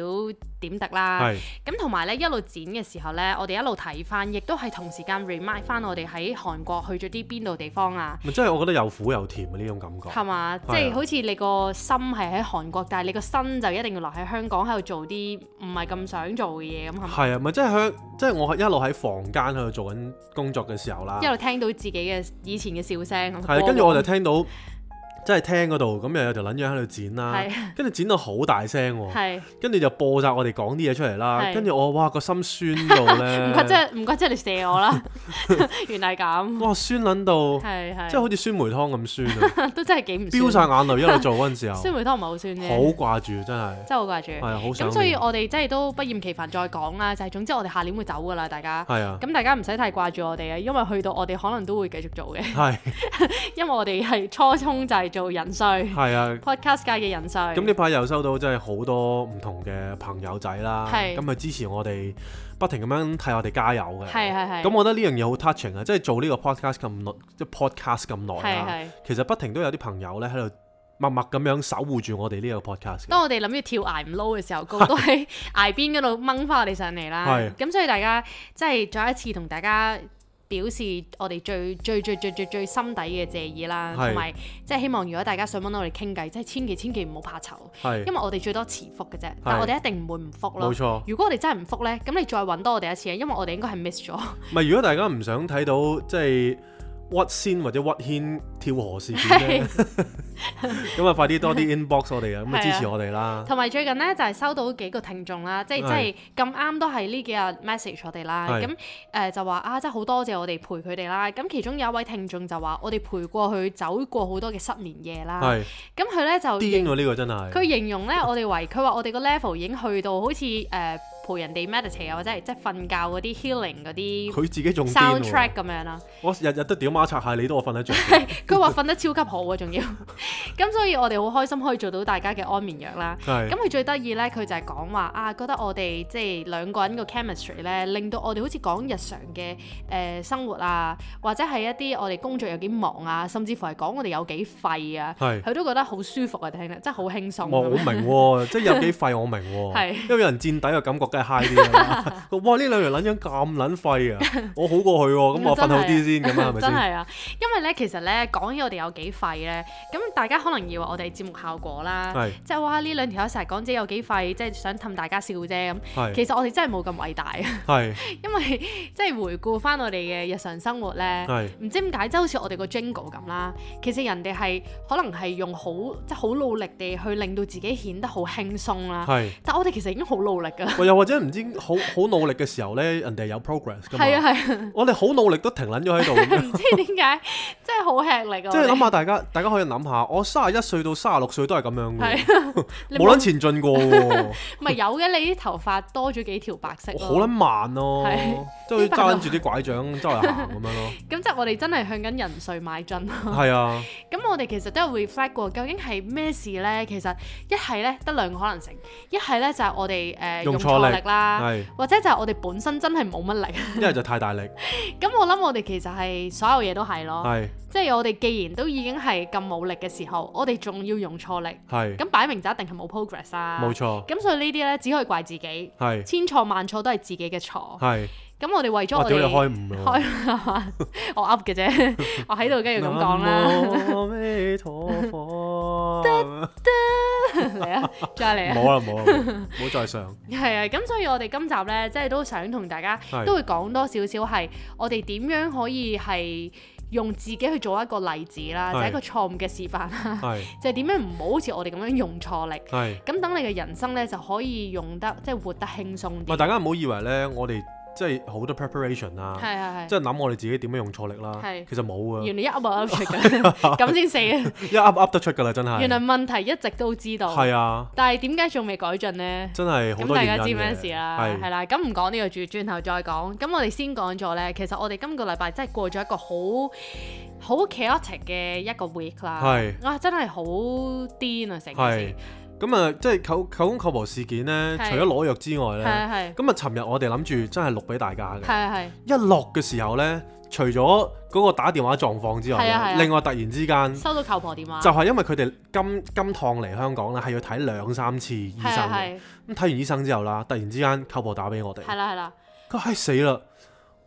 [SPEAKER 2] 點滴啦。
[SPEAKER 1] 係
[SPEAKER 2] 咁同埋咧，一路剪嘅時候咧，我哋一路睇翻，亦都係同時間 remind 翻我哋喺韓國去咗啲邊度地方啊，
[SPEAKER 1] 咪真係我覺得又苦又甜嘅啊呢種感覺，
[SPEAKER 2] 係嘛？即
[SPEAKER 1] 係啊
[SPEAKER 2] 係好似你個心係喺韓國，但係你個身就一定要留喺香港喺度做啲唔係咁想做嘅嘢咁，係嘛？
[SPEAKER 1] 係啊，咪真係香，即係我一路喺房間喺度做緊工作嘅時候啦
[SPEAKER 2] 一，路聽到自己嘅以前嘅笑聲咁，
[SPEAKER 1] 啊係啊跟住我就聽到即係廳嗰度咁又有條撚樣喺度剪啦
[SPEAKER 2] 係，
[SPEAKER 1] 跟住剪到好大聲喎。
[SPEAKER 2] 係
[SPEAKER 1] 跟住就播晒我哋講啲嘢出嚟啦，
[SPEAKER 2] 係
[SPEAKER 1] 跟住我哇個心酸到
[SPEAKER 2] 唔怪
[SPEAKER 1] 咧，
[SPEAKER 2] 真係唔怪真係你射我啦， 原來係咁，
[SPEAKER 1] 哇酸撚到，
[SPEAKER 2] 係
[SPEAKER 1] 即係
[SPEAKER 2] 係
[SPEAKER 1] 好似酸梅湯咁酸啊，
[SPEAKER 2] 都真係幾唔
[SPEAKER 1] 飆晒
[SPEAKER 2] 酸，
[SPEAKER 1] 眼淚一路做嗰陣時候，
[SPEAKER 2] 酸梅湯唔係好酸啫，
[SPEAKER 1] 好掛住真係，
[SPEAKER 2] 真係好掛住。
[SPEAKER 1] 係啊好想
[SPEAKER 2] 咁
[SPEAKER 1] 念
[SPEAKER 2] 所以我哋真係都不厭其煩再講啦，就係、總之我哋下年會走噶啦，大家。
[SPEAKER 1] 係啊，
[SPEAKER 2] 咁大家唔使太掛住我哋啊，因為去到我哋可能都會繼續做嘅，
[SPEAKER 1] 係
[SPEAKER 2] 因為我哋係初衷就係做人帥
[SPEAKER 1] 係啊。
[SPEAKER 2] podcast 界嘅人帥。
[SPEAKER 1] 咁呢排又收到真係好多唔同嘅朋友仔啦，
[SPEAKER 2] 係
[SPEAKER 1] 咁佢支持我哋，不停咁樣替我哋加油嘅。
[SPEAKER 2] 係係係
[SPEAKER 1] 咁我覺得呢樣嘢好 touching 啊，即係做呢個 podcast 咁耐，即係 podcast 咁耐
[SPEAKER 2] 係
[SPEAKER 1] 啦，
[SPEAKER 2] 係，
[SPEAKER 1] 其實不停都有啲朋友咧喺度默默咁樣守護住我哋呢個 podcast 嘅。
[SPEAKER 2] 當我哋諗住跳崖唔撈嘅時候，個個都喺崖邊嗰度掹翻我哋上嚟啦
[SPEAKER 1] 係。
[SPEAKER 2] 咁所以大家即係再一次同大家。表示我哋最最最最最最心底嘅謝意啦，
[SPEAKER 1] 係
[SPEAKER 2] 同埋即係希望如果大家想揾我哋傾偈，即係千祈千祈唔好怕醜，
[SPEAKER 1] 係，
[SPEAKER 2] 因為我哋最多遲覆嘅啫，但係我哋一定唔會唔覆咯
[SPEAKER 1] 冇。錯。
[SPEAKER 2] 如果我哋真係唔覆呢，咁你再揾多我哋一次啊，因為我哋應該係 miss 咗。
[SPEAKER 1] 唔係，如果大家唔想睇到即係屈仙或者屈軒跳河事件咧，咁啊快啲多啲 inbox 我哋啊，咁啊
[SPEAKER 2] 係
[SPEAKER 1] 支
[SPEAKER 2] 啊
[SPEAKER 1] 持我哋啦。
[SPEAKER 2] 同埋最近咧就係、收到幾個聽眾啦，即係即
[SPEAKER 1] 係
[SPEAKER 2] 係咁啱都係呢幾日 message 我哋啦，
[SPEAKER 1] 係
[SPEAKER 2] 咁誒、呃就話啊，真係好多謝我哋陪佢哋啦。咁其中有一位聽眾就話，我哋陪過佢走過好多嘅失眠夜啦。
[SPEAKER 1] 係
[SPEAKER 2] 咁佢咧就
[SPEAKER 1] 癲
[SPEAKER 2] 形
[SPEAKER 1] 喎呢個真係，
[SPEAKER 2] 佢形容咧我哋為佢話我哋個 level 已經去到好似誒、呃陪人哋 meditate 啊，或者係即係瞓覺嗰啲 healing 嗰啲
[SPEAKER 1] 佢自己仲癲喎。
[SPEAKER 2] soundtrack 咁樣啦。
[SPEAKER 1] 我日日都屌媽擦鞋，你都我瞓 得着。
[SPEAKER 2] 佢話瞓得超級好啊，仲要。 咁所以我哋好開心可以做到大家嘅安眠藥啦。
[SPEAKER 1] 係
[SPEAKER 2] 咁佢最得意咧，佢就係講話啊，覺得我哋即係兩個人個 chemistry 咧，令到我哋好似講日常嘅誒、呃生活啊，或者係一啲我哋工作有幾忙啊，甚至乎係講我哋有幾廢啊，
[SPEAKER 1] 係，
[SPEAKER 2] 佢都覺得好舒服啊，聽得真係好輕鬆啊
[SPEAKER 1] 我我
[SPEAKER 2] 咁
[SPEAKER 1] 明
[SPEAKER 2] 樣。
[SPEAKER 1] 喎，即係有幾廢我明喎
[SPEAKER 2] 係，
[SPEAKER 1] 因為有人墊底嘅感覺梗係 high 啲啦。 哇！呢兩條撚樣咁撚廢啊，我好過佢喎，咁我瞓好啲先咁啊，係咪
[SPEAKER 2] 真
[SPEAKER 1] 先？
[SPEAKER 2] 係啊，因為咧其實咧講起我哋有幾廢咧，咁大家可能以為我哋節目效果啦，
[SPEAKER 1] 係
[SPEAKER 2] 即係哇呢兩條友成日講自己有幾廢，即係想氹大家笑啫咁。
[SPEAKER 1] 係
[SPEAKER 2] 其實我哋真係冇咁偉大啊，
[SPEAKER 1] 係
[SPEAKER 2] 因為即係回顧翻我哋嘅日常生活咧。
[SPEAKER 1] 係
[SPEAKER 2] 唔知點解，即係好似我哋個 jingle 咁啦。其實人哋係可能係用好即係好努力地去令到自己顯得好輕鬆啦。
[SPEAKER 1] 係。
[SPEAKER 2] 但我哋其實已經好努力㗎。
[SPEAKER 1] 喂，又或者唔知好好努力嘅時候咧，人哋有 progress 噶嘛？
[SPEAKER 2] 係啊 係啊，
[SPEAKER 1] 我哋好 努力都停撚咗喺度咁樣，
[SPEAKER 2] 唔知點解，真係好吃力啊！
[SPEAKER 1] 即係諗
[SPEAKER 2] 我哋
[SPEAKER 1] 下大家，大家可以諗下，我三十一歲到三十六歲都係咁樣 嘅，
[SPEAKER 2] 係啊，你
[SPEAKER 1] 冇撚前進過喎，
[SPEAKER 2] 咪有嘅，你啲頭髮多咗幾條白色
[SPEAKER 1] 我
[SPEAKER 2] 咯。
[SPEAKER 1] 好撚慢咯
[SPEAKER 2] 係，
[SPEAKER 1] 即係好似揸緊住啲拐杖周圍行咁樣 咯。
[SPEAKER 2] 咁即係我哋真係向緊人瑞邁進咯。
[SPEAKER 1] 係啊，
[SPEAKER 2] 咁我哋其實都有 reflect 過，究竟係咩事呢？其實一係呢，得兩個可能性，一係呢，就係我哋誒、呃
[SPEAKER 1] 用
[SPEAKER 2] 用
[SPEAKER 1] 錯力
[SPEAKER 2] 錯力啦，
[SPEAKER 1] 係
[SPEAKER 2] 或者就係我哋本身真係冇乜力。
[SPEAKER 1] 一係就太大力，
[SPEAKER 2] 咁我諗我哋其實係所有嘢都係咯，
[SPEAKER 1] 係
[SPEAKER 2] 即係我哋既然都已經係咁冇力嘅時候，我哋仲要用錯力，
[SPEAKER 1] 係
[SPEAKER 2] 咁啊擺明就一定係冇 progress 啦。
[SPEAKER 1] 冇。錯，
[SPEAKER 2] 咁所以呢啲呢，只可以怪自己，
[SPEAKER 1] 係
[SPEAKER 2] 千錯萬錯都係自己嘅錯。
[SPEAKER 1] 係。
[SPEAKER 2] 哦咁我哋為咗
[SPEAKER 1] 我
[SPEAKER 2] 我
[SPEAKER 1] 屌你
[SPEAKER 2] 哋
[SPEAKER 1] 開啊五啦！
[SPEAKER 2] 開，啊我噏嘅啫， 我喺度梗係要咁講啦。
[SPEAKER 1] 南無阿彌陀 佛
[SPEAKER 2] 嚟啊，再嚟啊！
[SPEAKER 1] 冇啦冇 啦，冇再上。
[SPEAKER 2] 係啊，咁所以我哋今集呢，即係都想同大家
[SPEAKER 1] 係
[SPEAKER 2] 都會講多少少係我哋點樣可以係用自己去做一個例子啦，
[SPEAKER 1] 係
[SPEAKER 2] 就係一個錯誤嘅示範啦，
[SPEAKER 1] 係
[SPEAKER 2] 就係點樣唔好好似我哋咁樣用錯力，
[SPEAKER 1] 係，
[SPEAKER 2] 咁等你嘅人生呢，就可以用得即係活得輕鬆
[SPEAKER 1] 咪
[SPEAKER 2] 啲。
[SPEAKER 1] 大家唔好以為咧，我哋即係好多 preparation 啦，
[SPEAKER 2] 係係
[SPEAKER 1] 即
[SPEAKER 2] 係，
[SPEAKER 1] 係諗我哋自己點樣用錯力啦。
[SPEAKER 2] 係
[SPEAKER 1] 其實冇啊，
[SPEAKER 2] 原來一噏就噏出 㗎，咁先死啊！
[SPEAKER 1] 一 up up 得出㗎啦，真
[SPEAKER 2] 原來
[SPEAKER 1] 係。
[SPEAKER 2] 問題一直都知道，
[SPEAKER 1] 係啊，
[SPEAKER 2] 但係點解仲未改進呢？
[SPEAKER 1] 真係好
[SPEAKER 2] 咁
[SPEAKER 1] 多
[SPEAKER 2] 大
[SPEAKER 1] 原因
[SPEAKER 2] 家知
[SPEAKER 1] 嘅
[SPEAKER 2] 咩事啦，係
[SPEAKER 1] 係
[SPEAKER 2] 啦，咁唔講呢個住，轉頭再講。咁我哋先講咗呢，其實我哋今個禮拜真係過咗一個好好 chaotic 嘅一個 week 啦，
[SPEAKER 1] 係
[SPEAKER 2] 啊真係好癲啊成件
[SPEAKER 1] 係
[SPEAKER 2] 事，。
[SPEAKER 1] 咁啊，即係舅舅公舅婆事件咧，
[SPEAKER 2] 係
[SPEAKER 1] 除咗攞藥之外
[SPEAKER 2] 係
[SPEAKER 1] 咧，
[SPEAKER 2] 係
[SPEAKER 1] 咁啊，尋日我哋諗住真係錄俾大家嘅。
[SPEAKER 2] 係係
[SPEAKER 1] 一落嘅時候咧，除咗嗰個打電話狀況之外
[SPEAKER 2] 係啊係
[SPEAKER 1] 咧，
[SPEAKER 2] 啊
[SPEAKER 1] 另外突然之間。
[SPEAKER 2] 收到舅婆電話，
[SPEAKER 1] 就係因為佢哋今今趟嚟香港咧，係要睇兩三次醫
[SPEAKER 2] 係
[SPEAKER 1] 生
[SPEAKER 2] 啊
[SPEAKER 1] 嘅。
[SPEAKER 2] 係
[SPEAKER 1] 咁睇完醫生之後啦，突然之間舅婆打俾我哋，
[SPEAKER 2] 係啦係啦
[SPEAKER 1] 佢話唉死啦，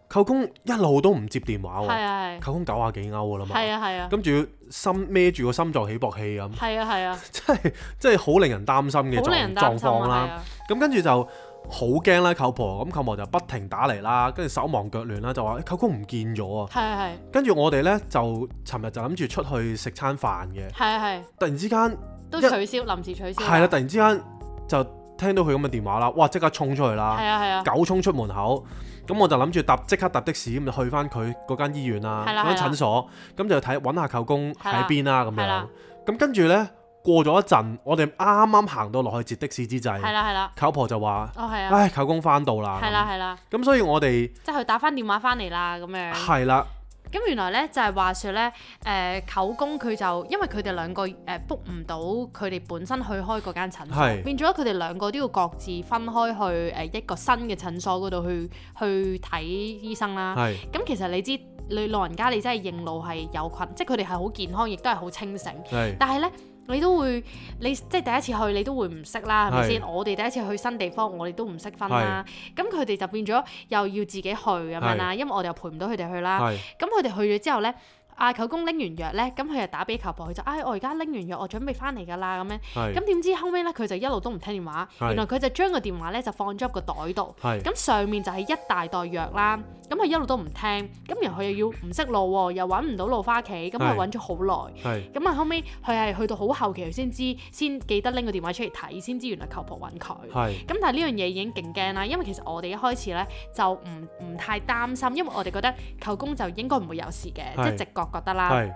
[SPEAKER 1] 舅公一路都唔接電
[SPEAKER 2] 係
[SPEAKER 1] 話喎，
[SPEAKER 2] 啊係
[SPEAKER 1] 舅公九啊幾歐噶啦嘛，
[SPEAKER 2] 係啊係啊
[SPEAKER 1] 咁仲要心孭住個心臟起搏器咁，
[SPEAKER 2] 係啊係啊，
[SPEAKER 1] 真係真係好令人擔心嘅
[SPEAKER 2] 好令
[SPEAKER 1] 狀
[SPEAKER 2] 人擔
[SPEAKER 1] 狀
[SPEAKER 2] 心啊
[SPEAKER 1] 況
[SPEAKER 2] 係
[SPEAKER 1] 啦。
[SPEAKER 2] 啊，
[SPEAKER 1] 咁跟住就好驚啦，舅婆咁舅婆就不停打嚟啦，跟住手忙腳亂啦，就話哎舅公唔見咗啊。
[SPEAKER 2] 係啊係
[SPEAKER 1] 跟住我哋呢，就尋日就諗住出去食餐飯嘅，
[SPEAKER 2] 係啊係
[SPEAKER 1] 突然之間。
[SPEAKER 2] 都
[SPEAKER 1] 一
[SPEAKER 2] 取消臨時取消，
[SPEAKER 1] 係啦，啊突然之間就聽到佢咁嘅電話啦，哇！即刻衝出去
[SPEAKER 2] 係
[SPEAKER 1] 啦，
[SPEAKER 2] 啊係啊
[SPEAKER 1] 狗衝出門口，咁我就諗住搭即刻搭的士咁就去翻佢嗰間醫院啦，
[SPEAKER 2] 係啦
[SPEAKER 1] 嗰間
[SPEAKER 2] 係啦
[SPEAKER 1] 診所，咁就睇揾下舅公
[SPEAKER 2] 係啦
[SPEAKER 1] 喺邊啊啦咁
[SPEAKER 2] 係
[SPEAKER 1] 樣
[SPEAKER 2] 啦。
[SPEAKER 1] 咁跟住呢，過咗一陣，我哋啱啱行到落去截的士之
[SPEAKER 2] 係
[SPEAKER 1] 際，
[SPEAKER 2] 啦係啦，
[SPEAKER 1] 舅婆就話：
[SPEAKER 2] 哦係啊
[SPEAKER 1] 唉，舅公翻到
[SPEAKER 2] 係
[SPEAKER 1] 啦。
[SPEAKER 2] 啦係啦，
[SPEAKER 1] 咁所以我哋
[SPEAKER 2] 即係佢打翻電話翻嚟啦咁樣。
[SPEAKER 1] 係啦，
[SPEAKER 2] 咁原來咧就係、話説咧，誒、舅公佢就因為佢哋兩個誒 book 唔到佢哋本身去開嗰間診
[SPEAKER 1] 係
[SPEAKER 2] 所，變咗佢哋兩個都要各自分開去誒、一個新嘅診所嗰度去去睇醫生啦。
[SPEAKER 1] 係
[SPEAKER 2] 咁其實你知你老人家你真係認路係有困，即係佢哋係好健康，亦都係好清醒，
[SPEAKER 1] 係
[SPEAKER 2] 但係咧。你都會，你即係第一次去，你都會唔識啦，係咪
[SPEAKER 1] 係
[SPEAKER 2] 先？我哋第一次去新地方，我哋都唔識分啦。咁佢哋就變咗又要自己去咁樣啦，因為我哋又陪唔到佢哋去啦。
[SPEAKER 1] 係
[SPEAKER 2] 咁佢哋去咗之後呢，阿舅公拎完藥呢，咁佢就打俾舅婆，佢就唉、哎我而家拎完藥，我準備翻嚟㗎啦咁樣。
[SPEAKER 1] 係
[SPEAKER 2] 咁點知後尾呢，佢就一路都唔聽電話，
[SPEAKER 1] 係
[SPEAKER 2] 原來佢就將個電話呢就放咗入個袋度。
[SPEAKER 1] 係
[SPEAKER 2] 咁上面就係一大袋藥啦，咁佢一路都唔聽，咁然後佢又要唔識路喎，又揾唔到路翻屋企，咁佢
[SPEAKER 1] 係
[SPEAKER 2] 揾咗好耐，
[SPEAKER 1] 係
[SPEAKER 2] 咁啊後尾佢係去到好後期佢先知，先記得拎個電話出嚟睇，先知原來舅婆揾佢。
[SPEAKER 1] 係
[SPEAKER 2] 咁但係呢樣嘢已經勁驚啦，因為其實我哋一開始呢就唔唔太擔心，因為我哋覺得舅公就應該唔會有事嘅，即
[SPEAKER 1] 係
[SPEAKER 2] 係直覺覺得啦。
[SPEAKER 1] 係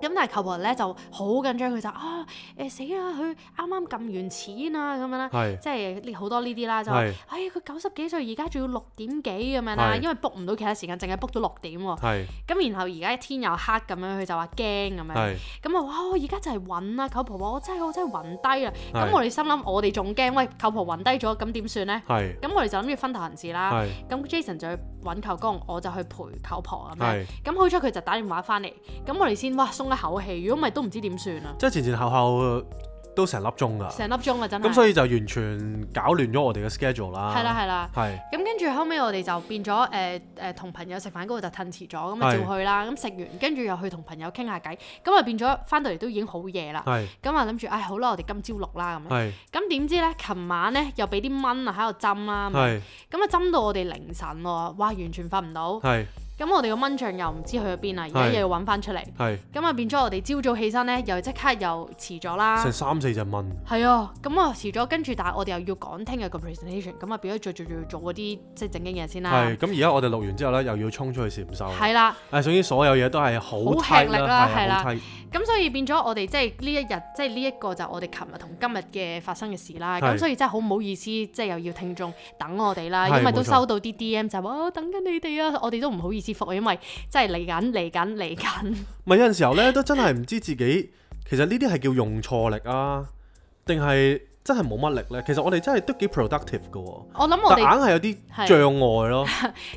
[SPEAKER 2] 咁但係舅婆呢就好緊張，佢就啊誒死啦，佢啱啱撳完錢啊咁樣啦，
[SPEAKER 1] 係
[SPEAKER 2] 即係呢好多呢啲啦，就話
[SPEAKER 1] 係
[SPEAKER 2] 哎佢九十幾歲而家仲要六點幾咁樣啦，
[SPEAKER 1] 係
[SPEAKER 2] 因為 book 唔到其他時間，淨係 book 到六點喎。
[SPEAKER 1] 係
[SPEAKER 2] 咁然後而家天又黑咁樣，佢就話驚咁樣。
[SPEAKER 1] 係
[SPEAKER 2] 咁啊哇！我而家就係暈啦，舅婆話我真係我真係暈低啦。
[SPEAKER 1] 係
[SPEAKER 2] 咁我哋心諗我哋仲驚，喂舅婆暈低咗，咁點算呢？
[SPEAKER 1] 係
[SPEAKER 2] 咁我哋就諗住分頭行事啦。
[SPEAKER 1] 係
[SPEAKER 2] 咁 Jason 就去揾舅公，我就去陪舅婆咁樣。
[SPEAKER 1] 係。
[SPEAKER 2] 咁好彩佢就打電話翻嚟，咁我哋先哇鬆一口氣。如果唔係都唔知點算啊，
[SPEAKER 1] 即係前前後後呃都成粒鐘㗎，
[SPEAKER 2] 成粒鐘啊真係。
[SPEAKER 1] 咁所以就啊完全搞亂咗我哋嘅 schedule 啦。
[SPEAKER 2] 係啦係啦。
[SPEAKER 1] 係
[SPEAKER 2] 咁跟住後尾我哋就變咗誒誒同朋友食飯嗰個就褪遲咗，咁啊
[SPEAKER 1] 係
[SPEAKER 2] 照去啦。咁食完跟住又去同朋友傾下偈，咁啊變咗翻到嚟都已經好夜啦。
[SPEAKER 1] 係
[SPEAKER 2] 咁啊諗住，唉好啦，我哋今朝錄啦咁樣。
[SPEAKER 1] 係
[SPEAKER 2] 咁點知咧，琴晚咧又俾啲蚊啊喺度針啦，咁啊
[SPEAKER 1] 係
[SPEAKER 2] 針到我哋凌晨喎，哇完全瞓唔到。
[SPEAKER 1] 係
[SPEAKER 2] 咁我哋個蚊帳又唔知去咗邊啦，而家
[SPEAKER 1] 係
[SPEAKER 2] 又要揾翻出嚟，
[SPEAKER 1] 係
[SPEAKER 2] 咁啊變咗我哋朝早起身呢，又即刻又遲咗啦
[SPEAKER 1] 成。三四隻蚊，
[SPEAKER 2] 係啊，咁啊遲咗，跟住但係我哋又要趕聽日個 presentation，咁啊變咗做做做做嗰啲即係正經嘢先啦
[SPEAKER 1] 係。咁而家我哋錄完之後咧，又要衝出去禪修。
[SPEAKER 2] 係啦，
[SPEAKER 1] 誒，總之所有嘢都係好
[SPEAKER 2] 好
[SPEAKER 1] tight
[SPEAKER 2] 吃力啦
[SPEAKER 1] 係
[SPEAKER 2] 係
[SPEAKER 1] 啊
[SPEAKER 2] 啦
[SPEAKER 1] 好 tight
[SPEAKER 2] 咁所以變咗我哋即係呢一日，即係呢一個就我哋琴日同今日嘅發生嘅事啦。
[SPEAKER 1] 係
[SPEAKER 2] 咁所以真係好唔好意思，即係又要聽眾等我哋啦，
[SPEAKER 1] 係
[SPEAKER 2] 因為都
[SPEAKER 1] 冇錯
[SPEAKER 2] 收到啲 DM 就話哦等緊你哋啊，我哋都唔好意思覆，因為真係嚟緊嚟緊 嚟緊。
[SPEAKER 1] 咪有陣時候咧，都真係唔知自己其實呢啲係叫用錯力啊，定係真係冇乜力咧？其實我哋真係都幾 productive 嘅喎，
[SPEAKER 2] 我諗我
[SPEAKER 1] 但硬
[SPEAKER 2] 哋
[SPEAKER 1] 係有啊啲
[SPEAKER 2] 係
[SPEAKER 1] 障礙 咯，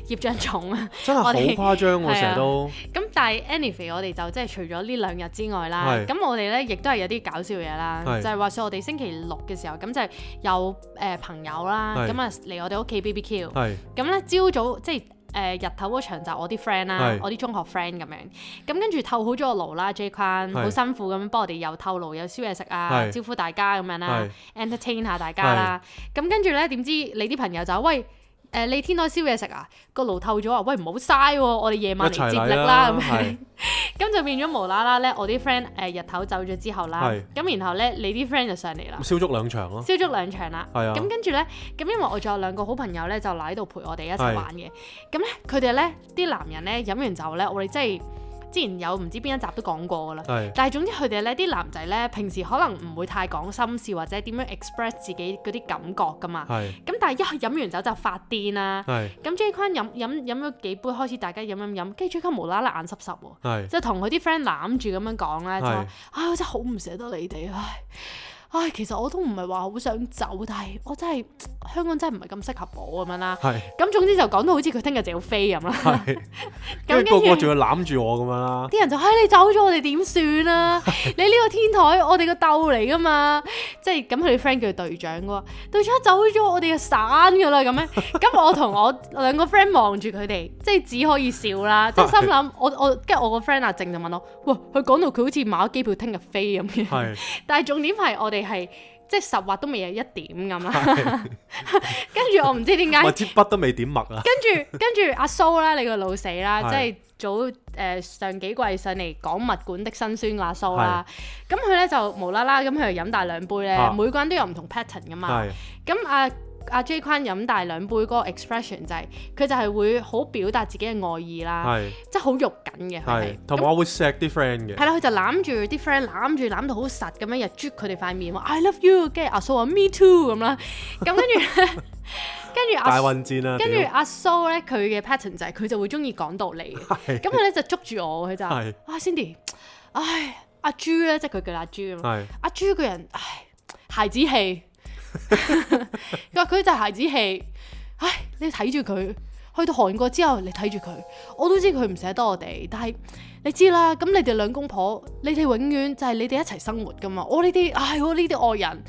[SPEAKER 2] 業障重啊。
[SPEAKER 1] 真係好
[SPEAKER 2] 我哋
[SPEAKER 1] 誇張
[SPEAKER 2] 係
[SPEAKER 1] 喎，
[SPEAKER 2] 啊
[SPEAKER 1] 成日都
[SPEAKER 2] 咁但係 anyway，我哋就即係除咗呢兩日之外啦
[SPEAKER 1] 係，
[SPEAKER 2] 咁我哋咧亦都係有啲搞笑嘢啦，
[SPEAKER 1] 係
[SPEAKER 2] 就係話説我哋星期六嘅時候，咁就係有誒、呃朋友啦，
[SPEAKER 1] 係
[SPEAKER 2] 咁啊嚟我哋屋企 BBQ，
[SPEAKER 1] 係
[SPEAKER 2] 咁咧朝早即係。誒、日頭嗰場就我啲 friend 啦
[SPEAKER 1] 係，
[SPEAKER 2] 我啲中學 friend 咁樣，咁跟住透好咗個爐啦，J Kwan
[SPEAKER 1] 係
[SPEAKER 2] 好辛苦咁樣幫我哋又透爐，又燒嘢食啊，
[SPEAKER 1] 係
[SPEAKER 2] 招呼大家咁樣啦
[SPEAKER 1] 係
[SPEAKER 2] ，entertain 下大家啦。咁跟住咧，點知你啲朋友就話喂誒、呃你天台燒嘢食啊，個爐透咗啊，喂唔好嘥喎，我哋夜晚
[SPEAKER 1] 一
[SPEAKER 2] 嚟
[SPEAKER 1] 齊
[SPEAKER 2] 啊接
[SPEAKER 1] 嚟啊
[SPEAKER 2] 力啦咁樣。
[SPEAKER 1] 係
[SPEAKER 2] 咁就變咗無啦啦咧，我啲 friend 呃誒日頭走咗之後啦
[SPEAKER 1] 係，
[SPEAKER 2] 咁然後咧你啲 friend 就上嚟啦，
[SPEAKER 1] 燒足兩場 咯，
[SPEAKER 2] 燒足兩場啦。
[SPEAKER 1] 係啊
[SPEAKER 2] 咁跟住咧，咁因為我仲有兩個好朋友咧，就留喺度陪我哋一齊
[SPEAKER 1] 係
[SPEAKER 2] 玩嘅。咁咧佢哋咧啲男人咧飲完酒咧，我哋真係之前有唔知邊一集都講過噶啦。
[SPEAKER 1] 係
[SPEAKER 2] 但係總之佢哋咧啲男仔咧，平時可能唔會太講心事或者點樣 express 自己嗰啲感覺噶嘛。
[SPEAKER 1] 係
[SPEAKER 2] 咁但係一飲完酒就發癲啦。
[SPEAKER 1] 係
[SPEAKER 2] 咁 J 坤飲飲飲咗幾杯，開始大家飲飲飲，跟住 J 坤無啦啦眼濕濕喎。
[SPEAKER 1] 係
[SPEAKER 2] 即係同佢啲 friend 攬住咁樣講啦，就話
[SPEAKER 1] 係：
[SPEAKER 2] 唉，我真係好唔捨得你哋，唉，唉，其實我都唔係話好想走，但係我真係香港真係唔係咁適合我咁樣啦。
[SPEAKER 1] 係
[SPEAKER 2] 咁總之就講到好似佢聽日就要飛咁啦。
[SPEAKER 1] 係，
[SPEAKER 2] 咁
[SPEAKER 1] 跟住個個
[SPEAKER 2] 跟住
[SPEAKER 1] 仲要攬住我咁樣啦，
[SPEAKER 2] 啲人就：唉，你走咗我哋點算啊？ 你呢個天台我哋個竇嚟噶嘛？即係咁，佢哋 friend 叫佢隊長嘅喎，隊長走咗我哋就散噶啦咁樣。咁我同我兩個 friend 望住佢哋，即係只可以笑啦。即係心諗，我我跟住我個 friend 阿靜就問我：哇，佢講到佢好似買咗機票聽日飛咁嘅。
[SPEAKER 1] 係
[SPEAKER 2] 但係重點係我哋係即係十劃都未有一點咁啦。 跟住我唔知點解，
[SPEAKER 1] 我支筆都未點墨 啊，
[SPEAKER 2] 跟住跟住阿蘇啦，你個老死啦，
[SPEAKER 1] 係
[SPEAKER 2] 即係早誒、呃上幾季上嚟講物管的辛酸個阿蘇啦。咁佢咧就無啦啦咁佢就飲大兩杯咧，
[SPEAKER 1] 啊
[SPEAKER 2] 每個人都有唔同 pattern 噶嘛。
[SPEAKER 1] 係
[SPEAKER 2] 咁阿阿 J 坤飲大兩杯嗰個 expression 就係、佢就係會好表達自己嘅愛意啦，
[SPEAKER 1] 係
[SPEAKER 2] 即係好肉緊嘅佢係
[SPEAKER 1] 係，。同埋我會錫啲 friend
[SPEAKER 2] 係
[SPEAKER 1] 嘅，
[SPEAKER 2] 啦，佢就攬住啲 friend 攬住攬到好實咁樣，又啜佢哋塊面話 I love you，跟住阿蘇話 me too 咁啦，咁跟住呢跟住
[SPEAKER 1] 大
[SPEAKER 2] 阿
[SPEAKER 1] 混戰啦，
[SPEAKER 2] 跟住
[SPEAKER 1] 啊屌
[SPEAKER 2] 阿蘇咧，佢嘅 pattern 就係佢就會中意講道理嘅，
[SPEAKER 1] 係
[SPEAKER 2] 咁佢咧就捉住我，佢就話
[SPEAKER 1] 係
[SPEAKER 2] 啊 Cindy，唉阿朱咧，即係佢叫阿朱啊嘛，
[SPEAKER 1] 係
[SPEAKER 2] 阿朱個人唉孩子氣，佢話佢就係孩子氣，唉你睇住佢。去到韓國之後，你睇住佢，我都知佢唔捨得我哋，但係你知啦，咁你哋兩公婆，你哋永遠就係你哋一齊生活噶嘛。我呢啲，唉，我呢啲愛人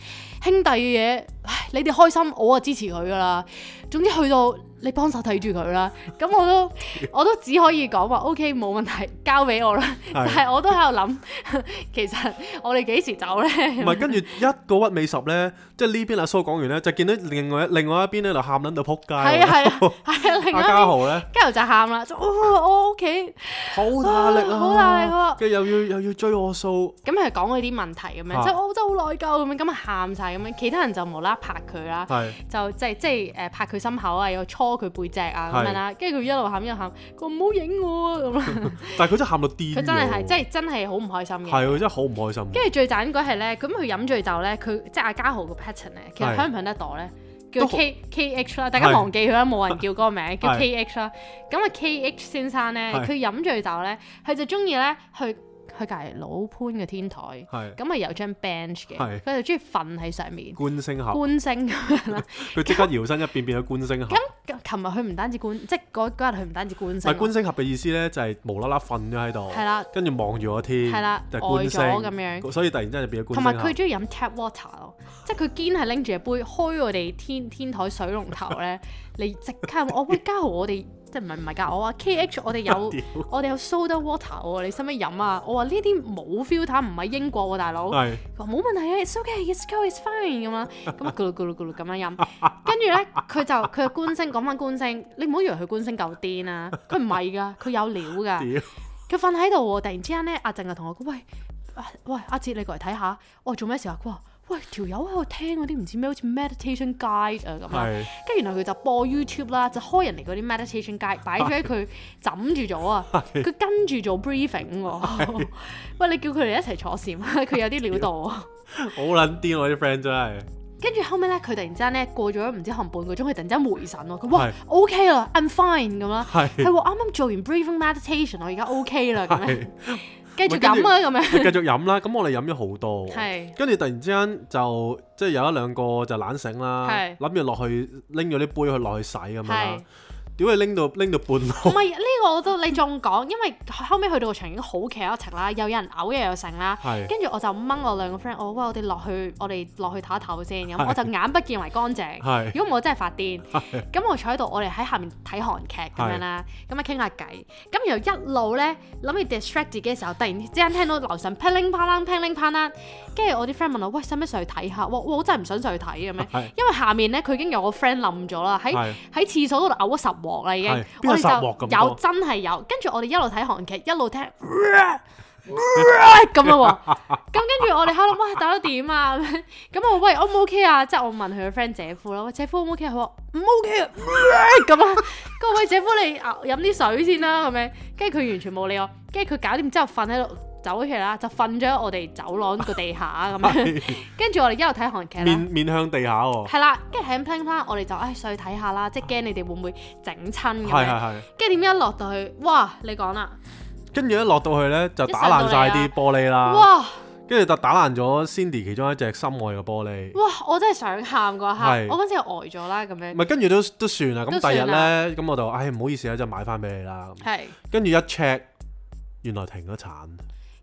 [SPEAKER 2] 兄弟嘅嘢，唉，你哋開心，我啊支持佢噶啦。總之去到你幫手睇住佢啦，咁我都我都只可以講話 OK 冇問題，交俾我啦。但係我都喺度諗， 其實我哋幾時走呢？
[SPEAKER 1] 唔 係，跟住一個屈尾十咧，即係呢邊阿蘇講完咧，就見到另外一另外一邊咧就喊撚到撲街喎。
[SPEAKER 2] 係啊係啊係啊，另
[SPEAKER 1] 阿
[SPEAKER 2] 外一
[SPEAKER 1] 嘉
[SPEAKER 2] 邊
[SPEAKER 1] 豪咧
[SPEAKER 2] 跟住就喊啦，就哦我屋企。
[SPEAKER 1] 好大力啊，
[SPEAKER 2] 啊好大力啊
[SPEAKER 1] 跟住又要又要追我數，
[SPEAKER 2] 咁係講佢啲問題咁樣，
[SPEAKER 1] 啊
[SPEAKER 2] 即係我真係好內疚咁樣，咁啊喊晒咁樣，其他人就無啦啦拍佢啦，
[SPEAKER 1] 係
[SPEAKER 2] 就即係即係誒拍佢心口啊，又搓佢背脊啊咁樣啦，跟住佢一路喊一路喊，佢話唔好影我啊咁啦，
[SPEAKER 1] 但係佢真係喊到癲咗
[SPEAKER 2] 佢
[SPEAKER 1] 喎。
[SPEAKER 2] 真係係真係真係好唔開心嘅。
[SPEAKER 1] 係佢真係好唔開心。
[SPEAKER 2] 跟住最慘嗰係咧，咁佢飲醉酒咧，佢即係阿嘉豪個 pattern 咧，其實
[SPEAKER 1] 係
[SPEAKER 2] 香唔香得到咧？
[SPEAKER 1] 都
[SPEAKER 2] 叫
[SPEAKER 1] 好
[SPEAKER 2] K K H 啦，大家
[SPEAKER 1] 係
[SPEAKER 2] 忘記佢啦，冇人叫嗰個名，叫
[SPEAKER 1] 係
[SPEAKER 2] K H 啦。咁啊 K H 先生咧，
[SPEAKER 1] 係
[SPEAKER 2] 佢飲醉酒咧，佢就中意咧去去隔離老潘嘅天台。
[SPEAKER 1] 係
[SPEAKER 2] 咁啊有張 bench 嘅，
[SPEAKER 1] 係
[SPEAKER 2] 佢就中意瞓喺上面，
[SPEAKER 1] 觀星俠，
[SPEAKER 2] 觀星咁樣啦。
[SPEAKER 1] 佢即刻搖身一變變咗觀星俠。
[SPEAKER 2] 咁琴日佢唔單止觀，即係嗰嗰日佢唔單止觀
[SPEAKER 1] 唔係
[SPEAKER 2] 星，
[SPEAKER 1] 觀星俠嘅意思咧，就係無啦啦瞓咗喺度，
[SPEAKER 2] 啊係啦
[SPEAKER 1] 跟住望住個天，
[SPEAKER 2] 係啦
[SPEAKER 1] 就係觀星
[SPEAKER 2] 呆咗咁樣
[SPEAKER 1] 所以突然之間就變咗觀星
[SPEAKER 2] 同埋佢
[SPEAKER 1] 俠。
[SPEAKER 2] 中意飲 tap water 咯，即係佢堅係拎 住隻杯開我哋天天台水龍頭咧，你即刻我喂嘉豪，我哋即係唔係唔係㗎，我話 KH 我哋有
[SPEAKER 1] 屌
[SPEAKER 2] 我哋有 soda water 喎，你使唔使飲啊？我話呢啲冇 filter 唔係英國喎，大佬。
[SPEAKER 1] 係
[SPEAKER 2] 佢話冇問題啊，it's okay，it's go，it's fine 咁啦，咁啊咕嚕咕嚕咕嚕咁樣飲，跟住咧佢就佢就官星講翻官星，你唔好以為佢官星夠癲啊，佢唔係㗎，佢有料㗎，
[SPEAKER 1] 屌
[SPEAKER 2] 佢瞓喺度喎，突然之間咧阿靜就同我講喂，啊喂阿哲你過嚟睇下，我話做咩事啊？佢話喂條友喺度聽嗰啲唔知咩好似 meditation guide 啊咁啊，
[SPEAKER 1] 係
[SPEAKER 2] 跟住然後佢就播 YouTube 啦，就開人哋嗰啲 meditation guide 擺咗喺佢枕住 咗啊，佢跟住做 briefing 喎， 喂你叫佢哋一齊坐禪啦，佢有啲料到喎。
[SPEAKER 1] 好撚癲我啲 friend 真係
[SPEAKER 2] 跟住後尾咧，佢突然之間咧過咗唔知可能半個鐘，佢突然之間回神喎，佢哇
[SPEAKER 1] 係
[SPEAKER 2] OK 啦，I'm fine 咁啦，
[SPEAKER 1] 係
[SPEAKER 2] 係喎啱啱做完 breathing meditation，我而家 OK 啦咁樣，
[SPEAKER 1] 係。
[SPEAKER 2] 繼續飲啊咁樣，
[SPEAKER 1] 繼續飲啦，咁我哋飲咗好多，
[SPEAKER 2] 係
[SPEAKER 1] 跟住突然之間就即係有一兩個就懶醒啦，
[SPEAKER 2] 係
[SPEAKER 1] 諗住落去拎咗啲杯去落去洗咁樣啦
[SPEAKER 2] 係。
[SPEAKER 1] 屌你拎到拎到半
[SPEAKER 2] 唔
[SPEAKER 1] 路，
[SPEAKER 2] 係呢個我都你仲講，因為後尾去到個場已經好企一層啦，又有人嘔又有剩啦。
[SPEAKER 1] 係
[SPEAKER 2] 跟住我就掹我兩個 friend，我話喂我哋落去，我哋落去唞一唞先咁，
[SPEAKER 1] 係
[SPEAKER 2] 我就眼不見為乾淨。
[SPEAKER 1] 係
[SPEAKER 2] 如果唔係我真係發癲。咁我坐喺度，我哋喺下面睇韓劇咁樣啦，咁啊傾下偈。咁然後一路咧諗住 distract 自己嘅時候，突然之間聽到樓上 pling 啪啦 pling 啪啦，跟住我啲 friend 問我：喂，使唔使上去睇下？我我真係唔想上去睇咁樣，
[SPEAKER 1] 係
[SPEAKER 2] 因為下面咧佢已經有個 friend 冧咗啦，喺
[SPEAKER 1] 係
[SPEAKER 2] 喺廁所嗰度嘔咗十鑊啦已經
[SPEAKER 1] 係。邊有
[SPEAKER 2] 我
[SPEAKER 1] 十鑊
[SPEAKER 2] 哋
[SPEAKER 1] 咁多
[SPEAKER 2] 就有真係有，跟住我哋一路睇韓劇一路聽。 咁咯喎，咁跟住我哋喺度，哇，打到點啊？ 咁樣咁我喂，O 唔 OK 啊？即係我問佢個 friend 姐夫啦，喂，姐夫 O 唔 OK 啊？佢話唔 OK 啊， 咁啊，佢話喂，姐夫你啊飲啲水先啦，咁樣，跟住佢完全冇理我，跟住佢搞掂之後瞓喺度走咗出嚟啦，就瞓咗喺我哋走廊個地 下咁樣，跟住我哋一路睇韓劇
[SPEAKER 1] 面
[SPEAKER 2] 啦。
[SPEAKER 1] 面向地下喎，
[SPEAKER 2] 係啦，跟住係咁 plan plan，我哋就唉上去睇下啦，即係驚你哋會唔會整親
[SPEAKER 1] 啊
[SPEAKER 2] 咁
[SPEAKER 1] 係
[SPEAKER 2] 樣。
[SPEAKER 1] 係係。
[SPEAKER 2] 跟住點解一落到去，哇！你講啦，
[SPEAKER 1] 跟住一落到去咧就打爛晒
[SPEAKER 2] 啊
[SPEAKER 1] 啲玻璃啦，
[SPEAKER 2] 哇！
[SPEAKER 1] 跟住就打爛咗 Cindy 其中一隻心愛嘅玻璃。
[SPEAKER 2] 哇！我真係想喊嗰一
[SPEAKER 1] 係嗯
[SPEAKER 2] 刻，我嗰陣時呆咗啦，咁樣
[SPEAKER 1] 咪跟住都都算啦，
[SPEAKER 2] 都
[SPEAKER 1] 咁第
[SPEAKER 2] 算
[SPEAKER 1] 日
[SPEAKER 2] 啦
[SPEAKER 1] 咧，咁我就唉唔好意思啊，就買翻俾你啦。咁
[SPEAKER 2] 係。
[SPEAKER 1] 跟住一 check，原來停咗產，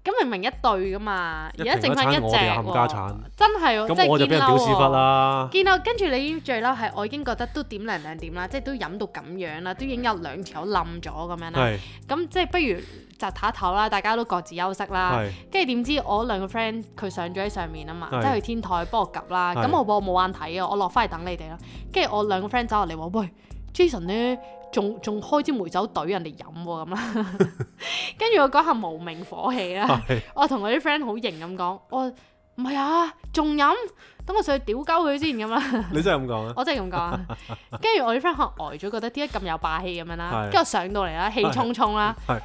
[SPEAKER 2] 咁明明一對噶嘛，
[SPEAKER 1] 一
[SPEAKER 2] 而家剩翻一隻
[SPEAKER 1] 停一產我哋冚家產
[SPEAKER 2] 喎，真係喎真
[SPEAKER 1] 咁我就
[SPEAKER 2] 係
[SPEAKER 1] 俾
[SPEAKER 2] 堅
[SPEAKER 1] 人屌屎忽
[SPEAKER 2] 嬲喎。
[SPEAKER 1] 啦。
[SPEAKER 2] 見到跟住你已經最嬲係，我已經覺得都點零兩點啦，即係都飲到咁樣啦，都已經有兩條友冧咗咁樣啦。
[SPEAKER 1] 係
[SPEAKER 2] 咁即係不如就唞一唞啦，大家都各自休息啦。
[SPEAKER 1] 係
[SPEAKER 2] 跟住點知我兩個 friend 佢上咗喺上面啊嘛，即
[SPEAKER 1] 係
[SPEAKER 2] 係去天台幫我 𥄫 啦。
[SPEAKER 1] 係
[SPEAKER 2] 咁我話我冇眼睇啊，我落翻嚟等你哋啦。跟住我兩個 friend 走落嚟話：喂，Jason 咧，仲仲開支梅酒懟人哋飲喎咁啦。 跟住我嗰下無名火氣啦。
[SPEAKER 1] 係
[SPEAKER 2] 我同我啲 friend 好型咁講，我話唔係啊，仲飲，等我上去屌鳩佢先咁啦。
[SPEAKER 1] 你真係咁講啊？
[SPEAKER 2] 我真係咁講啊。跟住我啲 friend 可能呆咗，覺得點解咁有霸氣咁樣啦。
[SPEAKER 1] 係
[SPEAKER 2] 跟住我上到嚟啦，氣沖沖啦
[SPEAKER 1] 係係，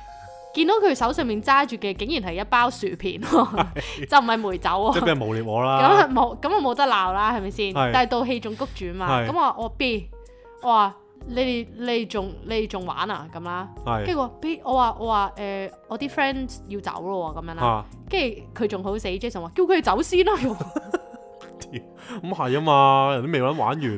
[SPEAKER 2] 見到佢手上面揸住嘅竟然係一包薯片喎，就唔係梅酒
[SPEAKER 1] 即係俾
[SPEAKER 2] 喎。
[SPEAKER 1] 人污蔑我
[SPEAKER 2] 咁
[SPEAKER 1] 啦
[SPEAKER 2] 啊。冇，咁啊冇得鬧啦，係咪先？
[SPEAKER 1] 係
[SPEAKER 2] 但係到氣仲谷住嘛，
[SPEAKER 1] 係
[SPEAKER 2] 咁我我 B，我話你哋你哋仲你哋仲玩啊咁啦。
[SPEAKER 1] 係
[SPEAKER 2] 跟住我話 B，我話我話誒，我啲 friend 要走咯喎咁樣啦。
[SPEAKER 1] 啊，
[SPEAKER 2] 跟住佢仲好死，Jason 話叫佢哋走先啦， 咁
[SPEAKER 1] 咁係啊嘛，人都未玩玩完，
[SPEAKER 2] 點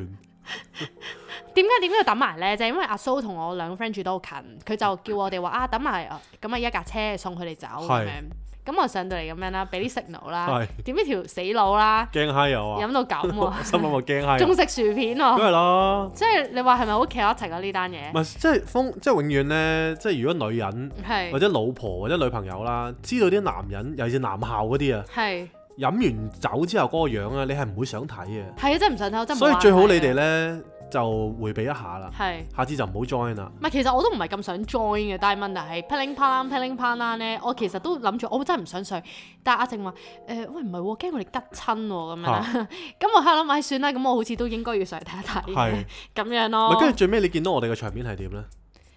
[SPEAKER 2] 解點解要等埋咧？就係因為阿蘇同我兩個 friend 住得好近，佢就叫我哋話啊等埋，啊咁啊一架車送佢哋走咁
[SPEAKER 1] 係
[SPEAKER 2] 樣。咁我上到嚟咁樣啦，俾啲 signal 啦
[SPEAKER 1] 係，
[SPEAKER 2] 點知條死佬啦，
[SPEAKER 1] 驚嗨又啊，
[SPEAKER 2] 飲到咁喎，
[SPEAKER 1] 心諗 我驚 嗨，
[SPEAKER 2] 仲
[SPEAKER 1] 梗
[SPEAKER 2] 食薯片
[SPEAKER 1] 係
[SPEAKER 2] 喎，
[SPEAKER 1] 啦。
[SPEAKER 2] 即係你話係咪好企一齊啊？呢單
[SPEAKER 1] 唔
[SPEAKER 2] 嘢
[SPEAKER 1] 係即係風，即係永遠咧，即係如果女人或
[SPEAKER 2] 係
[SPEAKER 1] 者老婆或者女朋友啦，知道啲男人尤其是男校嗰啲啊，
[SPEAKER 2] 係
[SPEAKER 1] 飲完酒之後嗰個樣啊，你係唔會想睇嘅。
[SPEAKER 2] 係啊，真係唔想睇，真係冇
[SPEAKER 1] 所以
[SPEAKER 2] 眼
[SPEAKER 1] 最好
[SPEAKER 2] 睇
[SPEAKER 1] 你
[SPEAKER 2] 啊
[SPEAKER 1] 哋咧就迴避一下啦，
[SPEAKER 2] 係。
[SPEAKER 1] 下次就唔好 join 啦。
[SPEAKER 2] 唔係，其實我都唔係咁想 join 嘅，但係問題係 pling 啪啦 pling 啪啦咧，我其實都諗住我真係唔想上，但係阿靜話誒喂唔係喎，驚我哋吉親喎咁樣啦， 咁我喺度諗唉算啦，咁我好似都應該要上嚟睇一睇
[SPEAKER 1] 係，
[SPEAKER 2] 咁樣
[SPEAKER 1] 咪跟
[SPEAKER 2] 咯
[SPEAKER 1] 住。最尾你見到我哋嘅場面係點咧？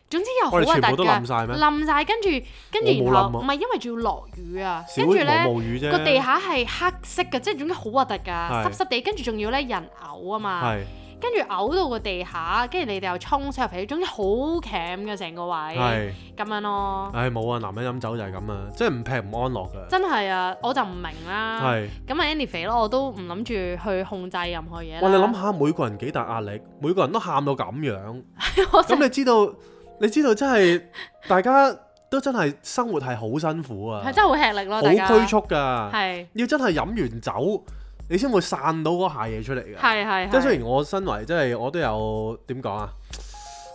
[SPEAKER 2] 總之哦又好
[SPEAKER 1] 我
[SPEAKER 2] 核
[SPEAKER 1] 哋
[SPEAKER 2] 突
[SPEAKER 1] 全部都冧
[SPEAKER 2] 㗎，
[SPEAKER 1] 晒咩？
[SPEAKER 2] 冧晒跟住跟
[SPEAKER 1] 我
[SPEAKER 2] 住
[SPEAKER 1] 冇
[SPEAKER 2] 然後
[SPEAKER 1] 冧
[SPEAKER 2] 唔
[SPEAKER 1] 啊
[SPEAKER 2] 係因為仲要落雨啊，
[SPEAKER 1] 少
[SPEAKER 2] 跟住
[SPEAKER 1] 毛
[SPEAKER 2] 咧
[SPEAKER 1] 毛雨啫，
[SPEAKER 2] 個地下係黑色嘅，即係總之好核突㗎，
[SPEAKER 1] 係
[SPEAKER 2] 濕濕地，跟住仲要咧人嘔啊嘛，
[SPEAKER 1] 係
[SPEAKER 2] 跟住嘔到個地下，跟住你哋又衝上嚟，總之好鉗嘅成個位，
[SPEAKER 1] 係，
[SPEAKER 2] 咁樣咯。
[SPEAKER 1] 唉冇啊！男人飲酒就係咁啊，即係唔劈唔安樂噶，
[SPEAKER 2] 真係啊，我就唔明啦。
[SPEAKER 1] 係。
[SPEAKER 2] 咁啊，Annie 肥咯，我都唔諗住去控制任何嘢啦。
[SPEAKER 1] 哇！你諗下，每個人幾大壓力，每個人都喊到咁樣，
[SPEAKER 2] 我
[SPEAKER 1] 咁你知道，你知道真係大家都真係生活係好辛苦啊
[SPEAKER 2] 係，真係好吃力咯，
[SPEAKER 1] 好
[SPEAKER 2] 大家。
[SPEAKER 1] 拘束㗎，
[SPEAKER 2] 係
[SPEAKER 1] 要真係飲完酒，你先會散到嗰下嘢出嚟㗎。
[SPEAKER 2] 係係
[SPEAKER 1] 即係
[SPEAKER 2] 係
[SPEAKER 1] 雖然我身為即係我都有點講啊，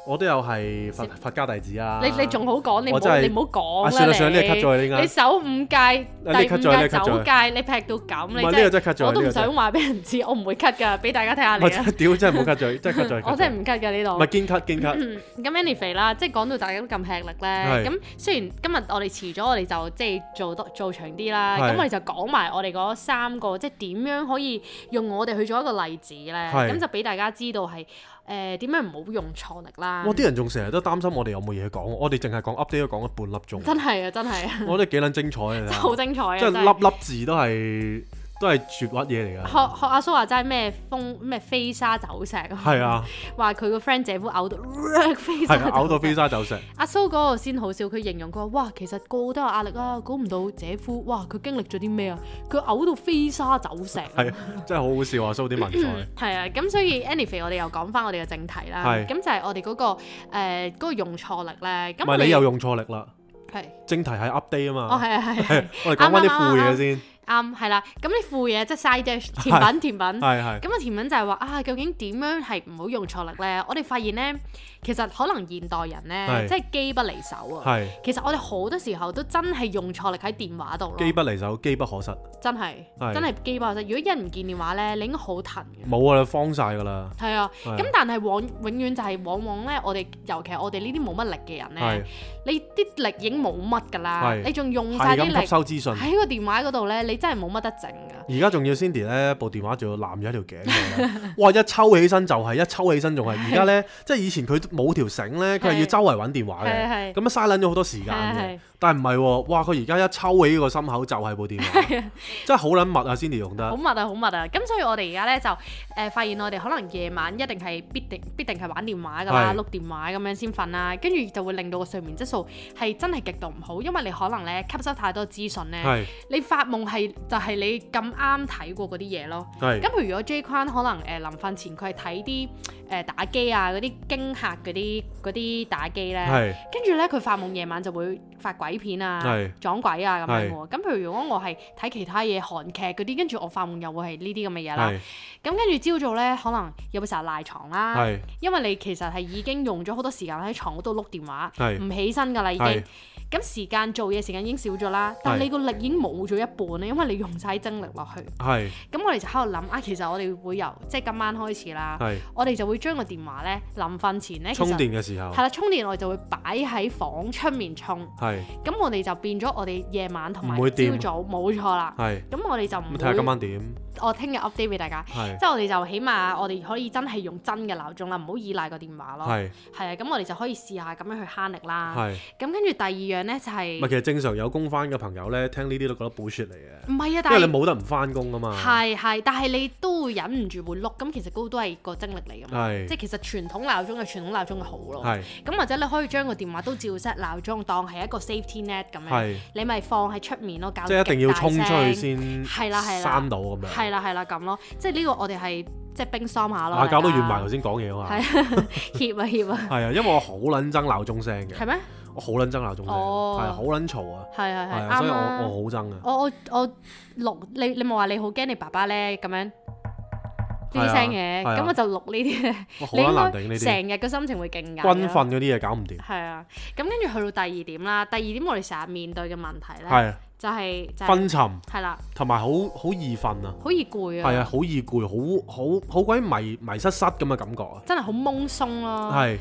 [SPEAKER 1] 我都有係佛佛家弟子啊。
[SPEAKER 2] 嗯你你仲好講，你唔
[SPEAKER 1] 我真
[SPEAKER 2] 好
[SPEAKER 1] 係
[SPEAKER 2] 你唔好
[SPEAKER 1] 啊
[SPEAKER 2] 講
[SPEAKER 1] 算啦算啦呢個 cut
[SPEAKER 2] 你
[SPEAKER 1] 咗啦應該
[SPEAKER 2] 你守五戒，
[SPEAKER 1] 呢個
[SPEAKER 2] 第五
[SPEAKER 1] cut 咗啦呢
[SPEAKER 2] 戒
[SPEAKER 1] 個 cut 咗
[SPEAKER 2] 九
[SPEAKER 1] 啦
[SPEAKER 2] 戒，你劈到咁，
[SPEAKER 1] 唔
[SPEAKER 2] 你
[SPEAKER 1] 係呢個
[SPEAKER 2] 真
[SPEAKER 1] 真係 cut 咗，
[SPEAKER 2] 我都
[SPEAKER 1] 呢
[SPEAKER 2] 唔
[SPEAKER 1] 個真係
[SPEAKER 2] 想話俾 人知，我唔會 cut 噶，俾大家睇下
[SPEAKER 1] 唔係
[SPEAKER 2] 你
[SPEAKER 1] 真
[SPEAKER 2] 啊
[SPEAKER 1] 係，屌真係冇 cut 咗，真係 cut 咗。
[SPEAKER 2] 我真係唔 cut 噶呢度
[SPEAKER 1] 唔。係堅 cut 堅 cut，
[SPEAKER 2] 嗯咁 anyway 啦，即係講到大家都咁吃力咧，
[SPEAKER 1] 係
[SPEAKER 2] 咁雖然今日我哋遲咗，我哋就即係做多做長啲啦，
[SPEAKER 1] 係
[SPEAKER 2] 咁我哋就講埋我哋嗰三個，即係點樣可以用我哋去做一個例子咧，
[SPEAKER 1] 係
[SPEAKER 2] 咁就俾大家知道係誒點樣唔好用錯力啦
[SPEAKER 1] 哇！。啲人仲成日都擔心我哋有冇嘢講，我哋淨係講 update 都講咗半粒鐘，
[SPEAKER 2] 真係啊，真係 啊，
[SPEAKER 1] 我覺得幾撚精彩啊！
[SPEAKER 2] 真係好精彩啊！
[SPEAKER 1] 即
[SPEAKER 2] 真
[SPEAKER 1] 係
[SPEAKER 2] 係
[SPEAKER 1] 粒粒字都係都係絕屈嘢 嚟㗎。
[SPEAKER 2] 學學阿蘇話齋咩風咩飛沙走石啊，
[SPEAKER 1] 係，啊，
[SPEAKER 2] 話佢個 friend 姐夫嘔到 飛沙
[SPEAKER 1] 係啊，
[SPEAKER 2] 走
[SPEAKER 1] 嘔到
[SPEAKER 2] 石
[SPEAKER 1] 飛沙走石，
[SPEAKER 2] 阿蘇嗰個先好笑，佢形容佢話：哇，其實個個都有壓力啊，估唔到姐夫，哇，佢經歷咗啲咩啊？佢嘔到飛沙走石。
[SPEAKER 1] 係啊真係好好笑啊！蘇啲文采，
[SPEAKER 2] 係啊，咁所以 anyway，我哋又講翻我哋嘅正題啦。
[SPEAKER 1] 係
[SPEAKER 2] 咁就係我哋嗰、個誒嗰、個用錯力咧。
[SPEAKER 1] 唔
[SPEAKER 2] 咁我
[SPEAKER 1] 係
[SPEAKER 2] 哋
[SPEAKER 1] 你又用錯力啦。
[SPEAKER 2] 係，
[SPEAKER 1] 正題係 update 啊嘛。
[SPEAKER 2] 哦係啊係啊係
[SPEAKER 1] 係我哋講翻啲副嘢先。
[SPEAKER 2] 啱係啦。咁啲副嘢即係 side dish 甜品甜品。
[SPEAKER 1] 係係。
[SPEAKER 2] 咁啊，甜品就係話啊，究竟點樣係唔好用錯力咧？我哋發現咧，其實可能現代人咧，
[SPEAKER 1] 係
[SPEAKER 2] 即係機不離手啊。
[SPEAKER 1] 係
[SPEAKER 2] 其實我哋好多時候都真係用錯力喺電話度咯。
[SPEAKER 1] 機不離手，機不可失。
[SPEAKER 2] 真係
[SPEAKER 1] 係
[SPEAKER 2] 真係機爆晒。如果一唔見電話咧，你應該好騰嘅。
[SPEAKER 1] 冇啊，慌晒㗎啦。
[SPEAKER 2] 係啊，
[SPEAKER 1] 係
[SPEAKER 2] 咁但係往永遠就係往往咧，我哋尤其係我哋呢啲冇乜力嘅人
[SPEAKER 1] 係
[SPEAKER 2] 咧，你啲力已經冇乜㗎啦，
[SPEAKER 1] 係
[SPEAKER 2] 你仲用
[SPEAKER 1] 係
[SPEAKER 2] 晒啲
[SPEAKER 1] 咁吸
[SPEAKER 2] 力
[SPEAKER 1] 收資訊。
[SPEAKER 2] 喺個電話嗰度咧，你真係冇乜得整㗎。
[SPEAKER 1] 而家仲要 Cindy 咧，部電話仲要攬咗一條頸度呢哇！一抽起身就係，一抽起身仲係。而家咧，即係以前佢冇條繩咧，佢係
[SPEAKER 2] 係
[SPEAKER 1] 要周圍揾電話
[SPEAKER 2] 係
[SPEAKER 1] 嘅，
[SPEAKER 2] 係
[SPEAKER 1] 咁啊嘥撚咗好多時間
[SPEAKER 2] 係係
[SPEAKER 1] 嘅。但係唔係喎，哇！佢而家一抽起個心口就係 部電話，真係好撚密啊！Cindy 用
[SPEAKER 2] 好
[SPEAKER 1] 得
[SPEAKER 2] 密啊，好密啊！咁所以我哋而家咧就誒、呃、發現我哋可能夜晚一定係必定必定係玩電話㗎啦，
[SPEAKER 1] 係
[SPEAKER 2] 碌電話咁樣先瞓啦，跟住就會令到個睡眠質素係真係極度唔好，因為你可能咧吸收太多資訊咧。
[SPEAKER 1] 係
[SPEAKER 2] 你發夢係就係、你咁啱睇過嗰啲嘢咯。
[SPEAKER 1] 係
[SPEAKER 2] 咁譬如如果 J 框可能誒臨瞓前佢係睇啲誒打機啊嗰啲驚嚇嗰啲嗰啲打機咧，
[SPEAKER 1] 係
[SPEAKER 2] 跟住咧佢發夢夜晚就會發鬼片啊
[SPEAKER 1] 係、
[SPEAKER 2] 撞鬼啊咁樣
[SPEAKER 1] 係
[SPEAKER 2] 喎。咁譬如如果我係睇其他嘢韓劇嗰啲，跟住我發夢又會係呢啲咁嘅嘢啦。
[SPEAKER 1] 係
[SPEAKER 2] 咁跟住朝早咧可能有時候賴床啦，
[SPEAKER 1] 係
[SPEAKER 2] 因為你其實係已經用咗好多時間喺床嗰度碌電話，
[SPEAKER 1] 係
[SPEAKER 2] 唔起身㗎啦已經
[SPEAKER 1] 係。
[SPEAKER 2] 咁時間做嘢時間已經少咗啦，但
[SPEAKER 1] 係
[SPEAKER 2] 係你個力已經冇咗一半咧，因為你用晒精力落去。
[SPEAKER 1] 係
[SPEAKER 2] 咁我哋就喺度諗啊，其實我哋會由即係今晚開始啦，
[SPEAKER 1] 係
[SPEAKER 2] 我哋就會將個電話咧臨瞓前咧，其
[SPEAKER 1] 充
[SPEAKER 2] 實
[SPEAKER 1] 電嘅時候
[SPEAKER 2] 係啦，充電我哋就會擺喺房出面充。
[SPEAKER 1] 係
[SPEAKER 2] 咁我哋就變咗我哋夜晚同埋
[SPEAKER 1] 唔會
[SPEAKER 2] 朝
[SPEAKER 1] 掂
[SPEAKER 2] 早冇錯啦。
[SPEAKER 1] 係
[SPEAKER 2] 咁我哋就
[SPEAKER 1] 咁
[SPEAKER 2] 唔
[SPEAKER 1] 睇下今
[SPEAKER 2] 會，
[SPEAKER 1] 晚點
[SPEAKER 2] 我聽日 update 俾大家。
[SPEAKER 1] 係
[SPEAKER 2] 即係我哋就起碼我哋可以真係用真嘅鬧鐘啦，唔好依賴個電話咯。啊
[SPEAKER 1] 係
[SPEAKER 2] 係啊，咁我哋就可以試下咁樣去慳力啦。
[SPEAKER 1] 係。
[SPEAKER 2] 咁跟住第二樣咧就
[SPEAKER 1] 唔
[SPEAKER 2] 係、
[SPEAKER 1] 係，其實正常有工翻嘅朋友咧，聽呢啲都覺得 bullshit 嚟嘅，
[SPEAKER 2] 唔係啊，但
[SPEAKER 1] 因為
[SPEAKER 2] 係
[SPEAKER 1] 你冇得唔翻工啊嘛。
[SPEAKER 2] 係係，但係你都會忍唔住會碌，咁其實高都係個精力嚟㗎嘛。
[SPEAKER 1] 係
[SPEAKER 2] 即係其實傳統鬧鐘嘅傳統鬧鐘嘅好咯。
[SPEAKER 1] 係
[SPEAKER 2] 咁或者你可以將個電話都照 set 鬧鐘，當係一個 safety net 咁樣，
[SPEAKER 1] 係，
[SPEAKER 2] 你咪放喺出面咯，搞
[SPEAKER 1] 即係一定要衝
[SPEAKER 2] 衝
[SPEAKER 1] 出去。先
[SPEAKER 2] 係啦係啦
[SPEAKER 1] 閂到咁樣。
[SPEAKER 2] 係啦係啦咁咯，即係呢個我哋係即係冰霜下咯。
[SPEAKER 1] 啊，搞到
[SPEAKER 2] 大
[SPEAKER 1] 完
[SPEAKER 2] 家
[SPEAKER 1] 埋頭先講嘢啊嘛。
[SPEAKER 2] 協啊協啊，
[SPEAKER 1] 係啊，因為我好撚憎鬧鐘聲嘅，
[SPEAKER 2] 係咩？
[SPEAKER 1] 我好撚憎鬧鐘聲，
[SPEAKER 2] 哦
[SPEAKER 1] 係好撚嘈啊，
[SPEAKER 2] 係係
[SPEAKER 1] 係
[SPEAKER 2] 係
[SPEAKER 1] 啊，所以我
[SPEAKER 2] 啱啊！
[SPEAKER 1] 我好憎啊。
[SPEAKER 2] 我我我錄你你咪話你好驚你爸爸咧咁樣呢
[SPEAKER 1] 係
[SPEAKER 2] 啲
[SPEAKER 1] 啊
[SPEAKER 2] 聲嘅，
[SPEAKER 1] 係啊
[SPEAKER 2] 咁我就錄呢啲，
[SPEAKER 1] 哇，好
[SPEAKER 2] 你
[SPEAKER 1] 撚
[SPEAKER 2] 應
[SPEAKER 1] 難頂呢
[SPEAKER 2] 該
[SPEAKER 1] 啲，
[SPEAKER 2] 成日個心情會勁硬㗎。
[SPEAKER 1] 軍訓嗰啲嘢搞唔掂。
[SPEAKER 2] 係啊，咁跟住去到第二點啦，第二點我哋成日面對嘅問題咧，
[SPEAKER 1] 係啊
[SPEAKER 2] 就係就係
[SPEAKER 1] 昏沉
[SPEAKER 2] 係啦，
[SPEAKER 1] 同埋好好易瞓啊，
[SPEAKER 2] 好易攰
[SPEAKER 1] 係
[SPEAKER 2] 啊，
[SPEAKER 1] 啊，好易攰，好好好鬼迷迷失失咁嘅感覺啊。
[SPEAKER 2] 真係好懵鬆咯。
[SPEAKER 1] 係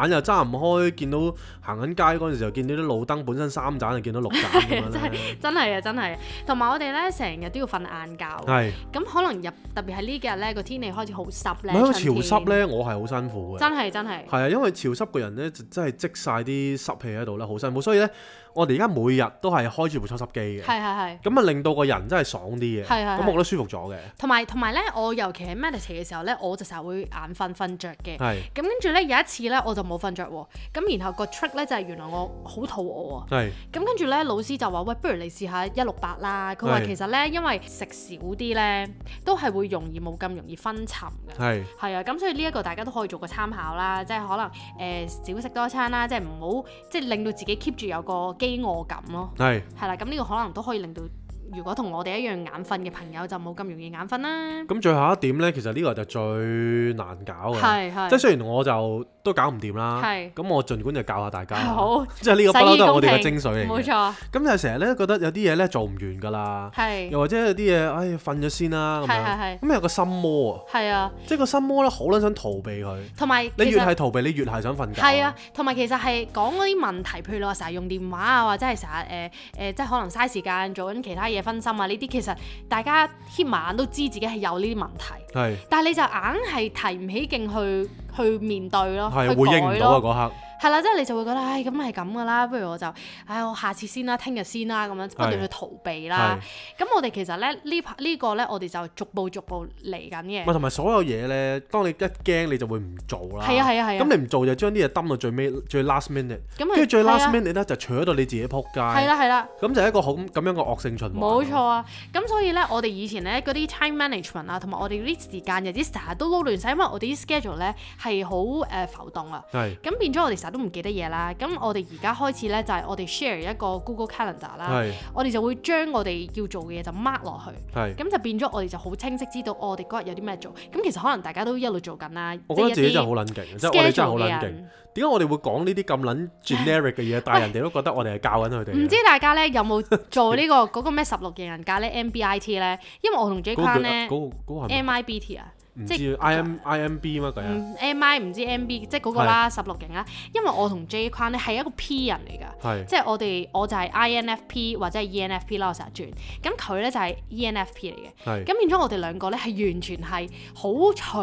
[SPEAKER 1] 眼又揸唔開，見到行緊街嗰陣時候，見到啲路燈本身三盞就見到六盞咁樣咧。
[SPEAKER 2] 真係啊，真係啊，同埋我哋咧成日都要瞓晏覺，
[SPEAKER 1] 係，
[SPEAKER 2] 咁可能入特別係呢幾日咧個天氣開始好濕
[SPEAKER 1] 唔
[SPEAKER 2] 咧，
[SPEAKER 1] 係因為
[SPEAKER 2] 春天
[SPEAKER 1] 潮濕，咧，我係好辛苦嘅。
[SPEAKER 2] 真係真係
[SPEAKER 1] 係啊，因為潮濕個人咧，就真係積晒啲濕氣喺度咧，好辛苦。所以咧，我哋而家每日都係開住部抽濕機嘅，
[SPEAKER 2] 係係係。
[SPEAKER 1] 咁啊令到個人真係爽啲嘅，
[SPEAKER 2] 係係係
[SPEAKER 1] 咁我覺得舒服咗嘅。
[SPEAKER 2] 同埋同埋咧，我尤其係 meditate 嘅時候咧，我就成日會眼瞓瞓着嘅。
[SPEAKER 1] 係
[SPEAKER 2] 咁跟住咧有一次咧，我就冇瞓着喎。咁然後個 trick 咧就係原來我好肚餓啊。
[SPEAKER 1] 係
[SPEAKER 2] 咁跟住咧，老師就話：喂，不如你試下一六八啦。佢話
[SPEAKER 1] 係
[SPEAKER 2] 其實咧，因為食少啲咧，都係會容易冇咁容易昏沉嘅。
[SPEAKER 1] 係
[SPEAKER 2] 係啊，咁所以呢一個大家都可以做個參考啦，即係可能誒、呃少食多餐啦，即係唔好即係令到自己 keep 住有個飢餓感咯。
[SPEAKER 1] 係
[SPEAKER 2] 係啦，咁呢個可能都可以令到如果同我哋一樣眼瞓嘅朋友就冇咁容易眼瞓啦。
[SPEAKER 1] 咁最後一點呢，其實呢個就最難搞嘅，
[SPEAKER 2] 係
[SPEAKER 1] 啊即係
[SPEAKER 2] 係
[SPEAKER 1] 雖然我就都搞唔掂啦，
[SPEAKER 2] 係
[SPEAKER 1] 咁我盡管就教下大家啦，
[SPEAKER 2] 好，
[SPEAKER 1] 即係呢個不嬲都係我哋嘅精髓嚟
[SPEAKER 2] 冇
[SPEAKER 1] 嘅。
[SPEAKER 2] 錯，
[SPEAKER 1] 咁就成日呢覺得有啲嘢呢做唔完㗎啦，
[SPEAKER 2] 係
[SPEAKER 1] 又或者有啲嘢，唉瞓咗先啦咁
[SPEAKER 2] 係係
[SPEAKER 1] 樣，
[SPEAKER 2] 係
[SPEAKER 1] 咁有個心魔啊，
[SPEAKER 2] 係啊，
[SPEAKER 1] 即係個心魔呢，好撚想逃避佢，
[SPEAKER 2] 同埋
[SPEAKER 1] 你
[SPEAKER 2] 其
[SPEAKER 1] 越
[SPEAKER 2] 實
[SPEAKER 1] 係逃避，你越係想瞓覺。
[SPEAKER 2] 係啊，，同埋其實係講嗰啲問題，譬如你話成日用電話啊，或者係成日誒誒，即係可能嘥時間做緊其他嘢分心啊，呢啲其實大家瞌埋眼都知自己係有呢啲問題，
[SPEAKER 1] 係
[SPEAKER 2] 但係你就硬係提唔起勁去去面對咯，
[SPEAKER 1] 係
[SPEAKER 2] 去
[SPEAKER 1] 回應
[SPEAKER 2] 改
[SPEAKER 1] 唔到啊
[SPEAKER 2] 咯，
[SPEAKER 1] 嗰刻。
[SPEAKER 2] 係啦，即係你就會覺得，唉，咁係咁噶啦，不如我就，唉，我下次先啦，聽日先啦，咁樣不斷去逃避啦
[SPEAKER 1] 係。
[SPEAKER 2] 咁我哋其實咧呢排呢個咧，我哋就逐步逐步嚟緊
[SPEAKER 1] 咪，
[SPEAKER 2] 嘅
[SPEAKER 1] 同埋所有嘢咧，當你一驚你就會唔做啦。
[SPEAKER 2] 係啊係啊係啊
[SPEAKER 1] 咁你唔做就將啲嘢抌到最尾最 last minute，
[SPEAKER 2] 咁
[SPEAKER 1] 跟
[SPEAKER 2] 咪
[SPEAKER 1] 住最
[SPEAKER 2] 係啊
[SPEAKER 1] last minute 咧就除咗到你自己撲街。
[SPEAKER 2] 係啦係啦。
[SPEAKER 1] 咁就係一個好咁樣嘅惡性循環。
[SPEAKER 2] 冇錯。啊，咁所以咧，我哋以前咧嗰啲 time management 啊，同埋我哋啲時間日子成日都撈亂晒，因為我哋啲 schedule 咧係好誒浮動啊。
[SPEAKER 1] 係
[SPEAKER 2] 咁變咗我哋成日都唔記得嘢啦。咁我哋而家開始咧就係、我哋 share 一個 Google Calendar 啦，
[SPEAKER 1] 係
[SPEAKER 2] 我哋就會將我哋要做嘅嘢就 mark 落去。
[SPEAKER 1] 係。
[SPEAKER 2] 咁就變咗我哋就好清晰知道哦我哋嗰日有啲咩做。咁其實可能大家都一路做緊啦。
[SPEAKER 1] 我覺得自己
[SPEAKER 2] 即係
[SPEAKER 1] 真係
[SPEAKER 2] 一
[SPEAKER 1] 好
[SPEAKER 2] 啲
[SPEAKER 1] 撚勁，即係我哋真係好
[SPEAKER 2] schedule 嘅
[SPEAKER 1] 撚勁。
[SPEAKER 2] 人
[SPEAKER 1] 點解我哋會講呢啲咁撚 generic 嘅嘢，但係人哋都覺得我哋係教緊佢哋嘅？
[SPEAKER 2] 唔知大家咧有冇做呢、個嗰個咩十六型人格咧 MBIT 咧？因為我同 J
[SPEAKER 1] 嗰
[SPEAKER 2] Kwan
[SPEAKER 1] 個
[SPEAKER 2] 咧
[SPEAKER 1] 叫啊嗰個嗰個係咪
[SPEAKER 2] MIBT 啊。
[SPEAKER 1] 唔
[SPEAKER 2] 即
[SPEAKER 1] 知 I M I M B 嘛佢啊？
[SPEAKER 2] 嗯 MI 唔知 MB 即係嗰個啦，十六型啦。因為我同 J 框咧係一個 P 人嚟㗎，
[SPEAKER 1] 係
[SPEAKER 2] 即係我哋我就係 INFP 或者係 E ENFP 啦，我成日轉。咁佢咧就係 E ENFP 嚟嘅。
[SPEAKER 1] 係
[SPEAKER 2] 咁變咗我哋兩個咧係完全係好隨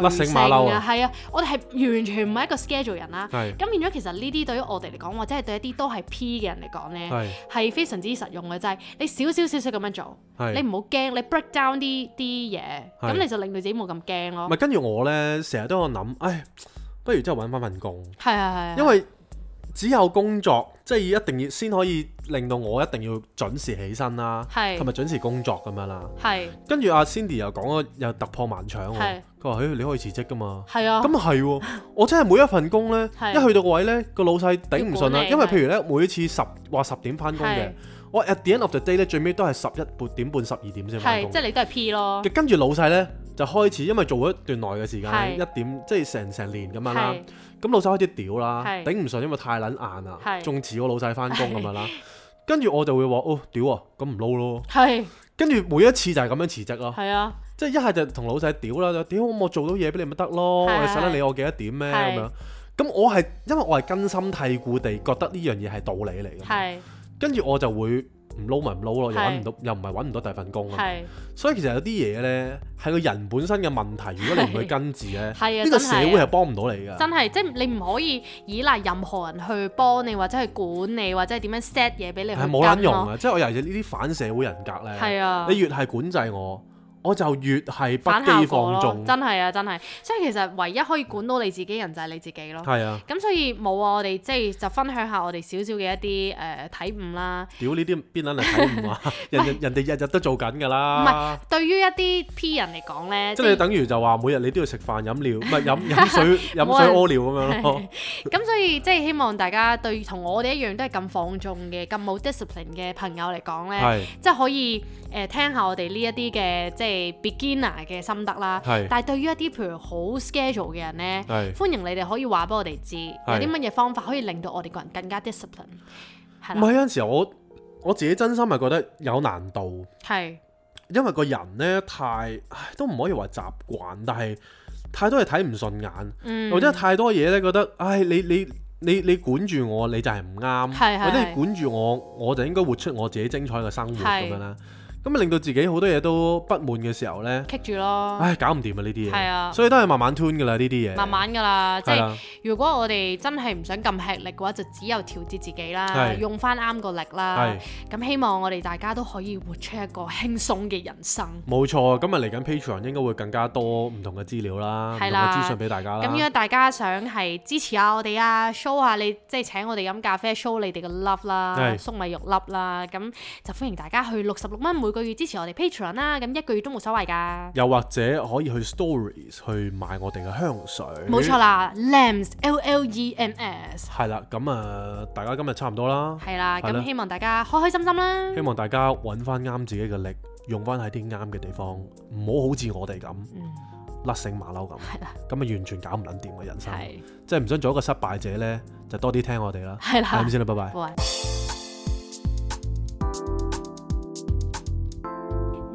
[SPEAKER 1] 甩繩
[SPEAKER 2] 性
[SPEAKER 1] 馬騮
[SPEAKER 2] 啊
[SPEAKER 1] 啊，
[SPEAKER 2] 係啊，我哋係完全唔係一個 schedule 人啦。
[SPEAKER 1] 係
[SPEAKER 2] 咁變咗其實呢啲對於我哋嚟講，或者係對一啲都係 P 嘅人嚟講咧，
[SPEAKER 1] 係
[SPEAKER 2] 係非常之實用嘅，就係、你少少少少咁樣做，你
[SPEAKER 1] 係。
[SPEAKER 2] 唔好驚，你 break down 啲啲嘢，
[SPEAKER 1] 係
[SPEAKER 2] 咁你就令到自己冇咁驚咯。
[SPEAKER 1] 咪跟住我咧，成日都有諗，唉，不如真係揾翻份工。
[SPEAKER 2] 係係係係。
[SPEAKER 1] 因為只有工作，即係一定要先可以令到我一定要準時起身啦，
[SPEAKER 2] 係
[SPEAKER 1] 同埋準時工作咁樣啦。
[SPEAKER 2] 係
[SPEAKER 1] 跟住阿 Cindy 又講咗又突破萬場喎
[SPEAKER 2] 係，
[SPEAKER 1] 佢話：，誒你可以辭職噶嘛。
[SPEAKER 2] 係啊，
[SPEAKER 1] 咁係喎，我真係每一份工呢，
[SPEAKER 2] 係
[SPEAKER 1] 一去到個位呢，個老細頂唔順啦。
[SPEAKER 2] 要管理
[SPEAKER 1] 因為譬如呢，每次十話十點翻工嘅
[SPEAKER 2] 係，
[SPEAKER 1] 我 at the end of the day 呢，最尾都係十一點半、十二點先翻
[SPEAKER 2] 係
[SPEAKER 1] 工
[SPEAKER 2] 即。係你都係 P 咯，
[SPEAKER 1] 跟住老細呢，就開始，因為做咗一段耐嘅時間，
[SPEAKER 2] 係
[SPEAKER 1] 一點即係成成年咁樣啦
[SPEAKER 2] 係。
[SPEAKER 1] 咁老細開始屌啦，
[SPEAKER 2] 係
[SPEAKER 1] 頂唔順，因為太撚硬啦，
[SPEAKER 2] 係
[SPEAKER 1] 仲遲我老細翻工咁樣 啦。跟住我就會話：哦，屌啊，咁唔撈咯。
[SPEAKER 2] 係
[SPEAKER 1] 跟住每一次就係咁樣辭職咯，
[SPEAKER 2] 係啊，
[SPEAKER 1] 即係一係就同老細屌啦，就屌咁我做到嘢俾你咪得咯，
[SPEAKER 2] 係
[SPEAKER 1] 你使得
[SPEAKER 2] 係
[SPEAKER 1] 理我幾多點咩
[SPEAKER 2] 係
[SPEAKER 1] 咁樣？咁我係因為我係根深蒂固地覺得呢樣嘢係道理嚟嘅，
[SPEAKER 2] 係
[SPEAKER 1] 跟住我就會唔撈咪唔撈咯，又揾
[SPEAKER 2] 係
[SPEAKER 1] 唔到又唔係揾唔到第二份工啊。
[SPEAKER 2] 係
[SPEAKER 1] 所以其實有啲嘢呢，係個人本身嘅問題，如果你唔去根治呢，
[SPEAKER 2] 係啊
[SPEAKER 1] 呢個
[SPEAKER 2] 真係
[SPEAKER 1] 社
[SPEAKER 2] 啊
[SPEAKER 1] 會係幫唔到你㗎。
[SPEAKER 2] 真係即係你唔可以依賴任何人去幫你或者去管你或者係點樣 set 嘢俾你去
[SPEAKER 1] 係冇撚
[SPEAKER 2] 跟
[SPEAKER 1] 用
[SPEAKER 2] 咯，
[SPEAKER 1] 啊！即係我尤其是呢啲反社會人格呢，
[SPEAKER 2] 係啊
[SPEAKER 1] 你越係管制我，我就越係不
[SPEAKER 2] 反效
[SPEAKER 1] 羈
[SPEAKER 2] 果
[SPEAKER 1] 放
[SPEAKER 2] 咯，
[SPEAKER 1] 縱。
[SPEAKER 2] 真係啊真係，所以其實唯一可以管到你自己人就係你自己咯。
[SPEAKER 1] 係啊，
[SPEAKER 2] 咁所以冇啊，我哋即係就分享下我哋少少嘅一啲誒體悟啦。
[SPEAKER 1] 屌呢啲邊撚嚟睇 唔啊？人哋人哋日日都做緊㗎啦。
[SPEAKER 2] 唔係對於一啲 P 人嚟講咧，
[SPEAKER 1] 即
[SPEAKER 2] 即
[SPEAKER 1] 係你
[SPEAKER 2] 係
[SPEAKER 1] 等於就話每日你都要食飯飲料，唔係飲 飲水飲
[SPEAKER 2] 冇
[SPEAKER 1] 水
[SPEAKER 2] 人
[SPEAKER 1] 屙尿咁樣咯。
[SPEAKER 2] 咁所以即係希望大家對同我哋一樣都係咁放縱嘅、咁冇 discipline 嘅朋友嚟講咧。
[SPEAKER 1] 係
[SPEAKER 2] 即 係可以誒、呃、聽下我哋呢一啲嘅即係 beginner 嘅心得啦。
[SPEAKER 1] 係
[SPEAKER 2] 但係對於一啲譬如好 schedule 嘅人呢，
[SPEAKER 1] 係
[SPEAKER 2] 歡迎你哋可以話俾我哋知，有啲乜嘢方法可以令到我哋個人更加 discipline。係
[SPEAKER 1] 唔
[SPEAKER 2] 啦，
[SPEAKER 1] 係有陣時我我自己真心係覺得有難度，
[SPEAKER 2] 係
[SPEAKER 1] 因為個人呢太唉都唔可以話習慣，但係太多嘢睇唔順眼，
[SPEAKER 2] 嗯
[SPEAKER 1] 或者太多嘢呢覺得唉你你。你你管住我，你就係唔啱，
[SPEAKER 2] 係係
[SPEAKER 1] 或者你
[SPEAKER 2] 係
[SPEAKER 1] 管住我，我就應該活出我自己精彩嘅生活咁
[SPEAKER 2] 係
[SPEAKER 1] 樣啦。咁啊令到自己好多嘢都不滿嘅時候呢，
[SPEAKER 2] 棘住咯，
[SPEAKER 1] 唉，搞唔掂啊呢啲嘢。
[SPEAKER 2] 係啊
[SPEAKER 1] 所以都係慢慢 tune 噶啦呢啲嘢。
[SPEAKER 2] 慢慢㗎啦。即
[SPEAKER 1] 係
[SPEAKER 2] 係
[SPEAKER 1] 啦，
[SPEAKER 2] 如果我哋真係唔想咁吃力嘅話，就只有調節自己啦，
[SPEAKER 1] 係
[SPEAKER 2] 用翻啱個力啦
[SPEAKER 1] 係。
[SPEAKER 2] 咁希望我哋大家都可以活出一個輕鬆嘅人生。
[SPEAKER 1] 冇錯啊！今日嚟緊 Patreon 應該會更加多唔同嘅資料啦，唔同
[SPEAKER 2] 係
[SPEAKER 1] 嘅
[SPEAKER 2] 啦
[SPEAKER 1] 資訊俾大家啦。
[SPEAKER 2] 咁如果大家想係支持下我哋啊，show 下你即係請我哋飲咖啡，show 你哋嘅 love 啦，
[SPEAKER 1] 係
[SPEAKER 2] 粟米肉粒啦，咁就歡迎大家去六十六蚊每個個月支持我哋 Patreon 啦，咁一個月都冇所謂㗎。
[SPEAKER 1] 又或者可以去 Stories 去買我哋嘅香水。
[SPEAKER 2] 冇錯。啦，Lams L E L E M S
[SPEAKER 1] 係啦，咁啊、呃大家今日差唔多啦。
[SPEAKER 2] 係啦，
[SPEAKER 1] 係啦
[SPEAKER 2] 咁希望大家開開心心啦
[SPEAKER 1] 希。望大家揾翻啱自己嘅力，用翻喺啲啱嘅地方，唔好好似我哋咁
[SPEAKER 2] 嗯，
[SPEAKER 1] 甩繩馬騮咁，
[SPEAKER 2] 係啦，
[SPEAKER 1] 咁啊完全搞唔撚掂嘅人生。
[SPEAKER 2] 係
[SPEAKER 1] 即係唔想做一個失敗者呢，就多啲聽我哋啦。
[SPEAKER 2] 係
[SPEAKER 1] 係咁
[SPEAKER 2] 啦，
[SPEAKER 1] 先啦，拜拜。
[SPEAKER 2] 喂。